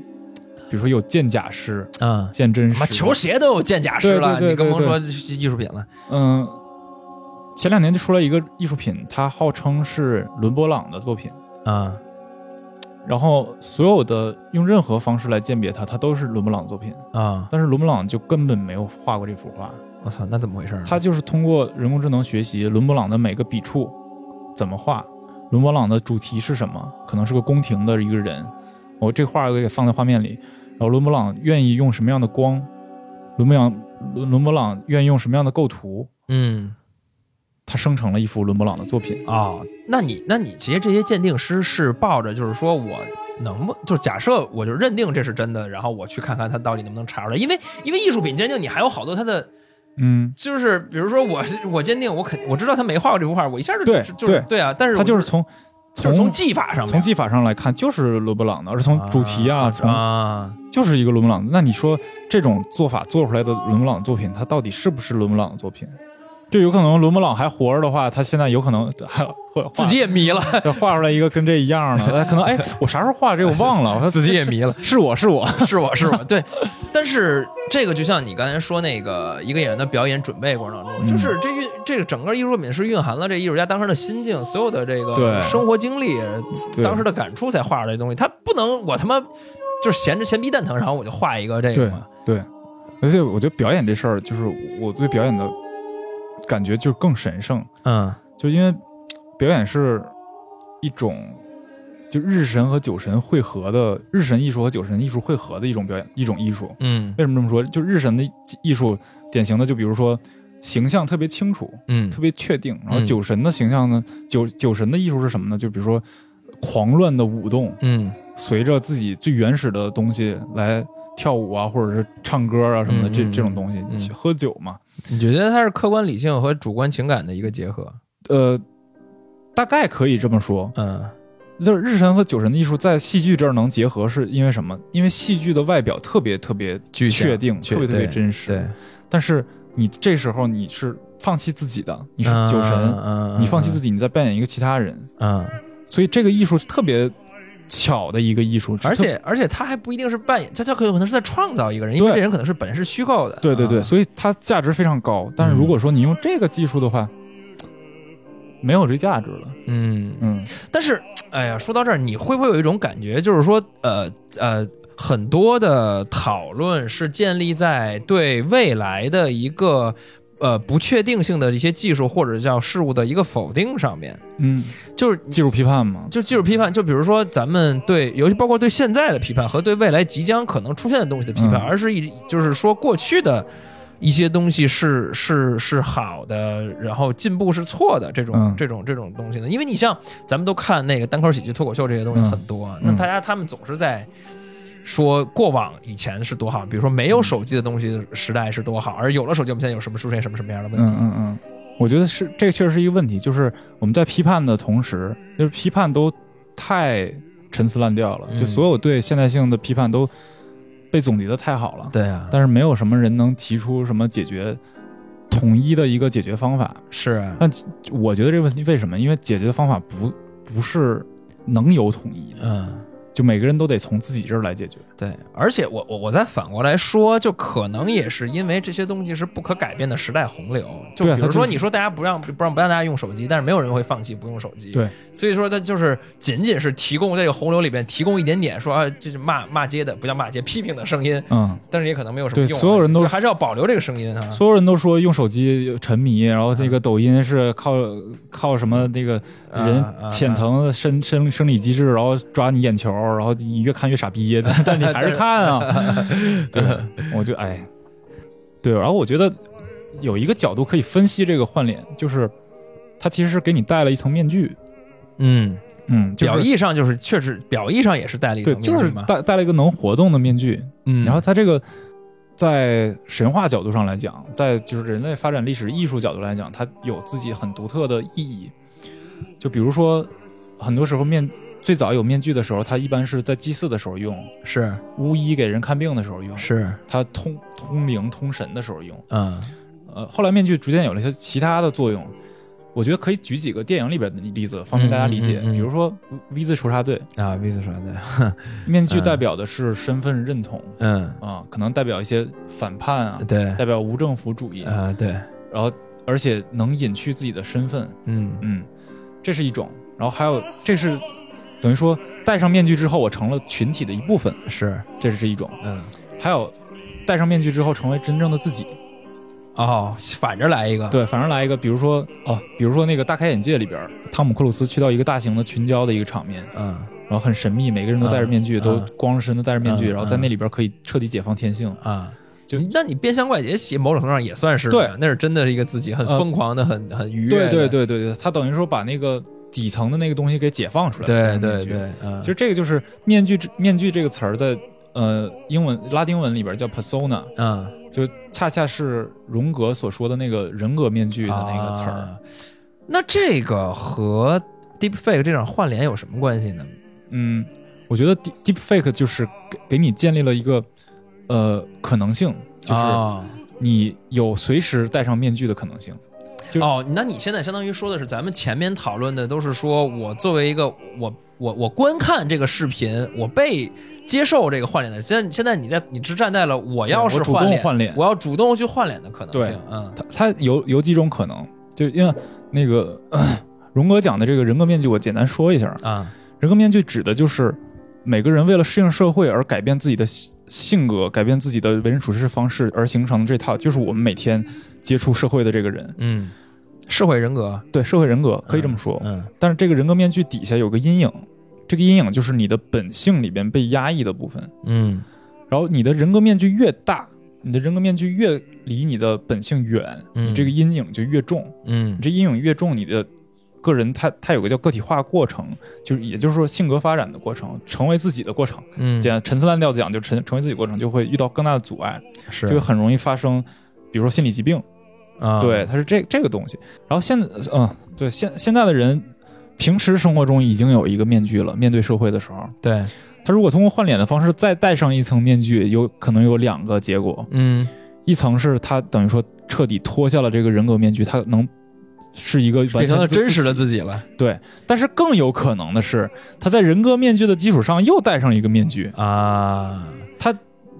比如说有鉴假师、嗯，鉴真他妈师。球鞋都有鉴假师了，对对对你更对甭对说艺术品了。嗯，前两年就出来一个艺术品，它号称是伦勃朗的作品，啊然后所有的用任何方式来鉴别它，它都是伦勃朗的作品，啊！但是伦勃朗就根本没有画过这幅画，我操，那怎么回事呢？啊他就是通过人工智能学习伦勃朗的每个笔触怎么画，伦勃朗的主题是什么，可能是个宫廷的一个人，我这画我给放在画面里，然后伦勃朗愿意用什么样的光，伦勃朗伦伦勃朗愿意用什么样的构图，嗯他生成了一幅伦勃朗的作品。哦，那你那你其实这些鉴定师是抱着就是说我能不就假设我就认定这是真的，然后我去看看他到底能不能查出来，因为因为艺术品鉴定你还有好多它的嗯，就是比如说我是我鉴定我肯我知道他没画过这幅画，我一下就对就就是对对啊，但是他我就是从就是从技法上面从技法上来看，就是伦勃朗的，而是从主题啊，从啊就是一个伦勃朗。那你说这种做法做出来的伦勃朗作品，它到底是不是伦勃朗的作品？就有可能伦勃朗还活着的话，他现在有可能还会画 自己也迷了，画出来一个跟这一样的。 他可能哎，我啥时候画这个我忘了，我说自己也迷了。是我是我，是我是我， 对。但是这个就像你刚才说那个一个演员的表演准备过程当中，嗯就是这运这个整个艺术品是蕴含了这艺术家当时的心境、所有的这个对生活经历、对当时的感触才画出来的东西。他不能我他妈就是闲着闲逼蛋疼，然后我就画一个这个对嘛。对。而且我觉得表演这事儿，就是我对表演的感觉就更神圣，嗯就因为表演是一种就日神和酒神汇合的日神艺术和酒神艺术汇合的一种表演一种艺术。嗯为什么这么说？就日神的艺术典型的，就比如说形象特别清楚、嗯特别确定。然后嗯酒神的形象呢，酒酒神的艺术是什么呢？就比如说狂乱的舞动，嗯随着自己最原始的东西来跳舞啊，或者是唱歌啊什么的，嗯这嗯这种东西嗯，喝酒嘛，你觉得它是客观理性和主观情感的一个结合？呃。大概可以这么说，嗯就是日神和酒神的艺术在戏剧这儿能结合，是因为什么？因为戏剧的外表特别特别具象确定，确特别特别对真实。对，但是你这时候你是放弃自己的，你你是酒神，嗯你放弃自己己，你在扮演一个其他人，嗯。所以这个艺术是特别巧的一个艺术，而是特且而且他还不一定是扮演，他他可有可能是在创造一个人，因为对这人可能是本身是虚构的。对对对，啊所以它价值非常高。但是如果说你用这个技术的话，没有这价值了。嗯，嗯，但是哎呀，说到这儿，你会不会有一种感觉，就是说，呃呃，很多的讨论是建立在对未来的一个呃不确定性的一些技术或者叫事物的一个否定上面，嗯，就是技术批判嘛，就技术批判，就比如说咱们对，尤其包括对现在的批判和对未来即将可能出现的东西的批判，嗯而是以就是说过去的一些东西是是是好的，然后进步是错的这种、嗯这种这种东西呢？因为你像咱们都看那个单口喜剧、脱口秀这些东西嗯很多啊，嗯那大家他们总是在。说过往以前是多好，比如说没有手机的东西的时代是多好，而有了手机，我们现在有什么出现什么什么样的问嗯题？嗯嗯，我觉得是这个确实是一个问题，就是我们在批判的同时，就是批判都太陈词滥调了，嗯就所有对现代性的批判都被总结的太好了，对啊，但是没有什么人能提出什么解决统一的一个解决方法。是啊但我觉得这个问题为什么？因为解决的方法不不是能有统一的，嗯。就每个人都得从自己这儿来解决。对，而且我我我再反过来说，就可能也是因为这些东西是不可改变的时代洪流。就对啊比如它说，就是你说大家不让不让不让大家用手机，但是没有人会放弃不用手机。对，所以说它就是仅仅是提供在这个洪流里边提供一点点说啊，就是骂骂街的不叫骂街，批评的声音，嗯，但是也可能没有什么对用啊。所有人都所以还是要保留这个声音啊。所有人都说用手机沉迷，然后这个抖音是靠靠什么那个人啊啊浅层的生生生理机制，然后抓你眼球，然后你越看越傻逼， 但但你还是看啊。对，我就哎，对，然后我觉得有一个角度可以分析这个换脸，就是它其实是给你戴了一层面具，嗯，嗯，就是表意上就是确实表意上也是戴了一对，层面具就是嘛，戴戴了一个能活动的面具。嗯，然后它这个在神话角度上来讲，在就是人类发展历史艺术角度来讲，它有自己很独特的意义。就比如说，很多时候面最早有面具的时候，它一般是在祭祀的时候用，是巫医给人看病的时候用，是它通通灵通神的时候用。嗯呃，后来面具逐渐有了一些其他的作用。呃我觉得可以举几个电影里边的例子，方便大家理解。嗯嗯嗯嗯比如说《V 字仇杀队啊，V 字说的，》，面具嗯代表的是身份认同嗯，啊、可能代表一些反叛啊，对，代表无政府主义，啊对，然后而且能隐去自己的身份，嗯嗯，这是一种。然后还有，这是等于说戴上面具之后，我成了群体的一部分，是，这是一种。嗯还有，戴上面具之后成为真正的自己。哦，反着来一个，对，反正来一个，比如说哦，比如说那个《大开眼界》里边，汤姆克鲁斯去到一个大型的群交的一个场面，嗯然后很神秘，每个人都戴着面具，嗯都嗯光着身子戴着面具，嗯然后在那里边可以彻底解放天性。啊。就那你变相怪杰，其实某种程度上也算是对吧那是真的是一个自己很呃疯狂的、很很愉悦对的，对对对对，他等于说把那个底层的那个东西给解放出来。戴对着面对具对，嗯，其实这个就是面具这，面具这个词儿在呃英文拉丁文里边叫 persona，嗯就恰恰是荣格所说的那个人格面具的那个词儿。啊那这个和 Deepfake 这场换脸有什么关系呢？嗯，我觉得 deep deep fake 就是给给你建立了一个呃可能性，就是啊你有随时戴上面具的可能性。 就哦，那你现在相当于说的是，咱们前面讨论的都是说我作为一个我我我观看这个视频，我被接受这个换脸的。现在现在你在你只站在了我要是我主动换脸，换脸我要主动去换脸的可能对性。嗯它它有有几种可能，就因为那个、 呃荣格讲的这个人格面具，我简单说一下。啊人格面具指的就是每个人为了适应社会而改变自己的性性格、改变自己的为人处事方式而形成的这套，就是我们每天接触社会的这个人，嗯，社会人格对社会人格可以这么说。嗯但是这个人格面具底下有个阴影，这个阴影就是你的本性里边被压抑的部分。嗯然后你的人格面具越大，你的人格面具越离你的本性远，嗯你这个阴影就越重。嗯你这阴影越重，你的个人他他有个叫个体化过程，就是也就是说性格发展的过程，成为自己的过程。嗯，简陈词滥调地讲，就成成为自己过程就会遇到更大的阻碍，是就会很容易发生，比如说心理疾病。啊对，它是这这个东西。然后现在，嗯，对，现现在的人平时生活中已经有一个面具了，面对社会的时候，对他如果通过换脸的方式再戴上一层面具，有可能有两个结果，嗯一层是他等于说彻底脱下了这个人格面具，他能。是一个完变全成了自真实的自己，自己了但是更有可能的是，他在人格面具的基础上又戴上一个面具，啊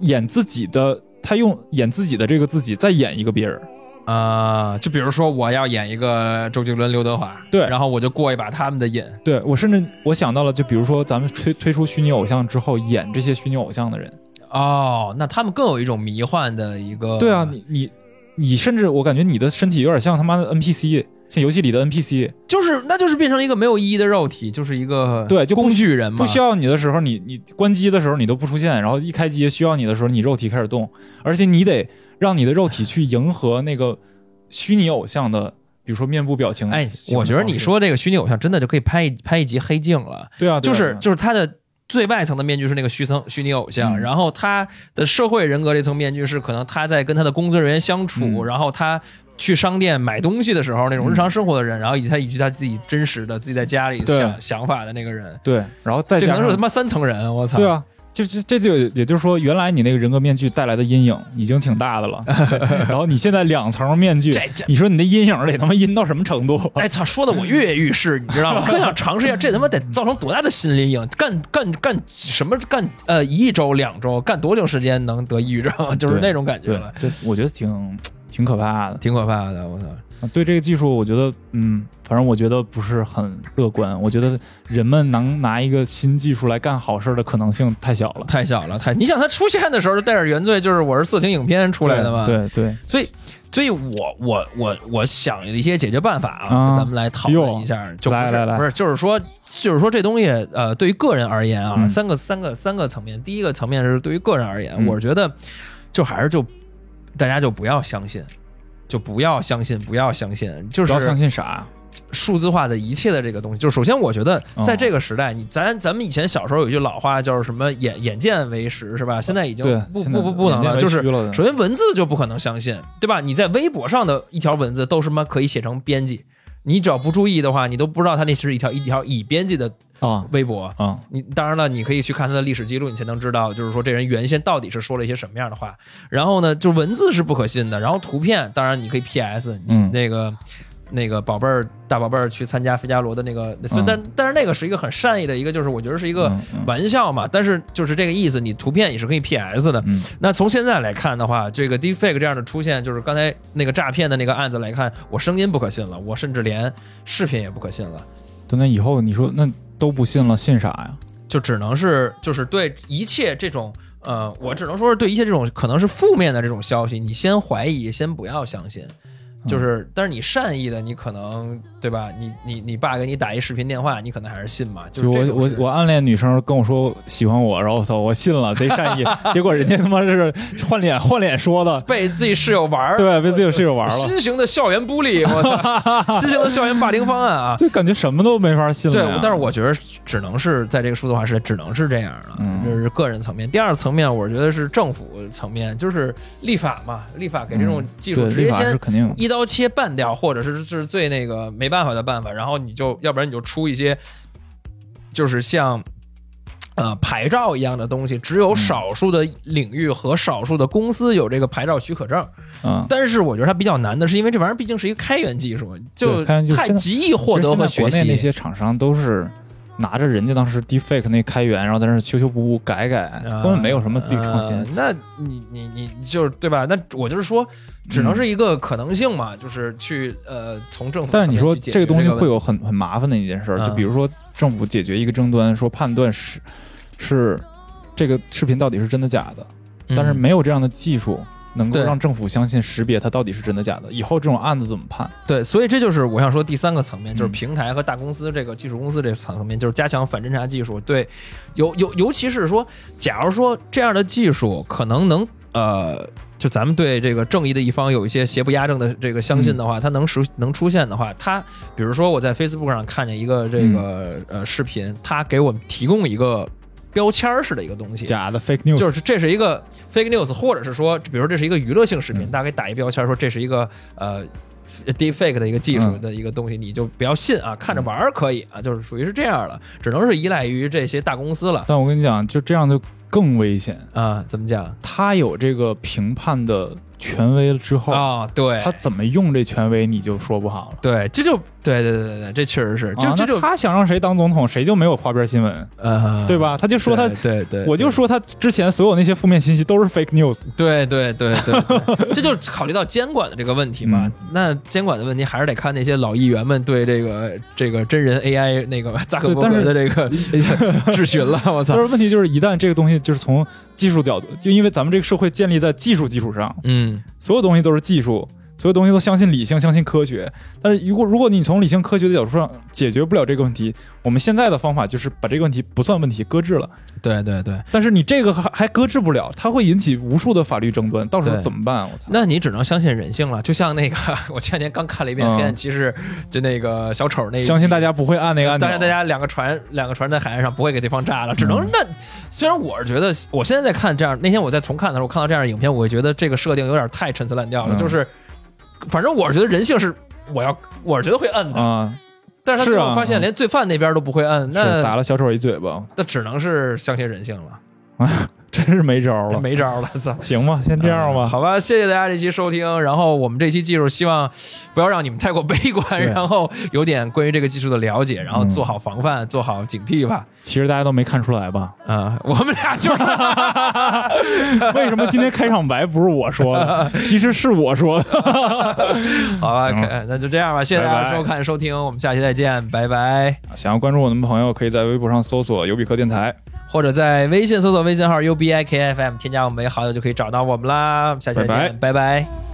演自己的，他用演自己的这个自己再演一个别人，啊！就比如说我要演一个周杰伦、刘德华，对然后我就过一把他们的瘾。对我甚至我想到了，就比如说咱们推推出虚拟偶像之后，演这些虚拟偶像的人，哦，那他们更有一种迷幻的一个对啊，你你你甚至我感觉你的身体有点像他妈的 NPC，像游戏里的 NPC，就是那就是变成了一个没有意义的肉体，就是一个对就不工具人嘛，不需要你的时候，你你关机的时候你都不出现，然后一开机需要你的时候，你肉体开始动，而且你得让你的肉体去迎合那个虚拟偶像的，比如说面部表情。哎，我觉得你说这个虚拟偶像真的就可以拍一拍一集黑镜了，对啊，对就啊是对啊就是他的。最外层的面具是那个虚层虚拟偶像，嗯然后他的社会人格这层面具是可能他在跟他的工作人员相处，嗯然后他去商店买东西的时候那种日嗯常生活的人，然后以及他以及他自己真实的自己在家里对想想法的那个人，对，然后再这加可能是上他妈三层人，我操！对啊，就这这就也就是说，原来你那个人格面具带来的阴影已经挺大的 了，然后你现在两层面具这这，你说你的阴影得他妈阴到什么程度？啊 哎操，说的我跃跃欲试，你知道吗？特想尝试一下，这他妈得造成多大的心理阴影？干干干什么干？呃，一周两周，干多久时间 能得抑郁症？就是那种感觉对了，，这我觉得挺挺可怕的。挺可怕的。我操，啊对这个技术，我觉得，嗯，反正我觉得不是很乐观。我觉得人们能拿一个新技术来干好事儿的可能性太小了。太小了，太你想他出现的时候带着原罪，就是我是色情影片出来的嘛，，对对，所以所以我我我我想了一些解决办法啊咱们来讨论一下，就不是来来来不是就是说。就是说，这东西，呃，对于个人而言啊，嗯三个三个三个层面。第一个层面是对于个人而言，嗯我觉得就还是就大家就不要相信，就不要相信，不要相信，就不是要相信傻。数字化的一切的这个东西，就是首先我觉得哦在这个时代，你咱咱们以前小时候有一句老话叫什么“眼眼见为实”是吧？现在已经对，不现在不不不能眼见了，为就是虚了首先文字就不可能相信，对吧？你在微博上的一条文字都是妈可以写成编辑，你只要不注意的话，你都不知道它那是一条一条已编辑的啊微博。啊，你当然了，你可以去看他的历史记录，你才能知道，就是说这人原先到底是说了一些什么样的话。然后呢，就文字是不可信的，然后图片，当然你可以 PS，你嗯那个、那个宝贝儿大宝贝儿去参加费加罗的那个，虽嗯但但是那个是一个很善意的一个，就是我觉得是一个嗯嗯玩笑嘛，但是就是这个意思，你图片也是可以 PS 的。嗯那从现在来看的话，这个 deepfake 这样的出现，就是刚才那个诈骗的那个案子来看，我声音不可信了，我甚至连视频也不可信了。对，那以后你说那都不信了，信啥呀？就只能是就是对一切这种呃，我只能说是对一切这种可能是负面的这种消息，你先怀疑，先不要相信。就是，嗯但是你善意的，你可能对吧？你你你爸给你打一视频电话，你可能还是信嘛？就是就我这种我是我暗恋女生跟我说喜欢我，然后我操，我信了，贼 善意，结果人家他妈是换脸换脸说的，被自己室友玩儿，对，被自己室友玩了，新型的校园bully，我 操，新型的校园霸凌方案啊！就感觉什么都没法信了对呀。，但是我觉得只能是在这个数字化时代，只能是这样了，嗯这是个人层面。第二层面，我觉得是政府层面，就是立法嘛，立法给这种嗯技术对直接立法先是肯定的一刀切办掉，或者是是最那个没办法的办法，然后你就要不然你就出一些，就是像。呃，牌照一样的东西，只嗯有少数的领域和少数的公司有这个牌照许可证。嗯，但是我觉得它比较难的是，因为这玩意儿毕竟是一个开源技术，就对开源技术太现在极易获得其实现和在学国习。内那些厂商都是。拿着人家当时 deepfake 那开源，然后在那儿修修补补改改，啊根本没有什么自己创新呃。那你你你就是对吧？那我就是说，只嗯能是一个可能性嘛，就是去呃从政府。但是你说这个个东西问题会有很很麻烦的一件事儿，嗯就比如说政府解决一个争端，说判断是是这个视频到底是真的假的，嗯但是没有这样的技术能够对让政府相信识别它到底是真的假的。以后这种案子怎么判？对，所以这就是我想说第三个层面，就是嗯平台和大公司这个技术公司这层面，就是加强反侦查技术。对，尤尤尤其是说，假如说这样的技术可能能呃，就咱们对这个正义的一方有一些邪不压正的这个相信的话，它能实能出现的话，它比如说我在 Facebook 上看见一个这个、呃视频，它给我们提供一个标签儿式的一个东西，假的 fake news 就是这是一个 fake news，或者是说，比如说这是一个娱乐性视频，嗯大家给打一标签说这是一个呃 deep fake 的一个技术嗯的一个东西，你就不要信啊，看着玩儿可以啊，就是属于是这样了，只能是依赖于这些大公司了但我跟你讲，就这样就更危险。啊。怎么讲啊、他有这个评判的权威了之后，哦啊对他怎么用这权威，你就说不好了。对，这就对对对对对，这确实是，就、啊这那就他想让谁当总统，谁就没有花边新闻，呃，对？吧？他就说他对对对，我就说他之前所有那些负面信息都是 fake news。 对对对对 对，这就是考虑到监管的这个问题嘛。那监管的问题还是得看那些老议员们对这个这个真人 AI 那个扎克伯格的这个质询了。我操但，是问题就是，一旦这个东西就是从技术角度，就因为咱们这个社会建立在技术基础上， 嗯，所有东西都是技术，所有东西都相信理性，相信科学。但是如果如果你从理性科学的角度上解决不了这个问题，我们现在的方法就是把这个问题不算问题搁置了。对对对，但是你这个还还搁置不了，它会引起无数的法律争端，到时候对怎么办啊？我操！那你只能相信人性了。就像那个， 我前两天刚看了一遍《嗯黑暗骑士》，就那个小丑那一集相信大家不会按那个按钮，大家大家两个船两个船在海岸上不会给对方炸了，只嗯能、那虽然我是觉得我现在在看这样，那天我在重看的时候我看到这样的影片，我会觉得这个设定有点太陈词滥调了，嗯就是反正我是觉得人性是我要我是觉得会摁的，啊，但是他是最啊后发现连罪犯那边都不会摁，是打那了小丑一嘴巴，那只能是相信人性了。真是没招了。没招了， 操！嗯行吧，先这样吧。好吧，谢谢大家这期收听。然后我们这期技术，希望不要让你们太过悲观，对嗯然后有点关于这个技术的了解，然后做好防范，做好警惕吧。其实大家都没看出来吧？啊、我们俩 就是为什么今天开场白不是我说的？其实是我说的。好吧，行了可那就这样吧。谢谢大家拜拜收看收听，我们下期再见，拜拜。想要关注我们的朋友，可以在微博上搜索“尤比克电台或者在微信搜索微信号 U B I K F M，添加我们为好友就可以找到我们啦。我们下期再见，拜拜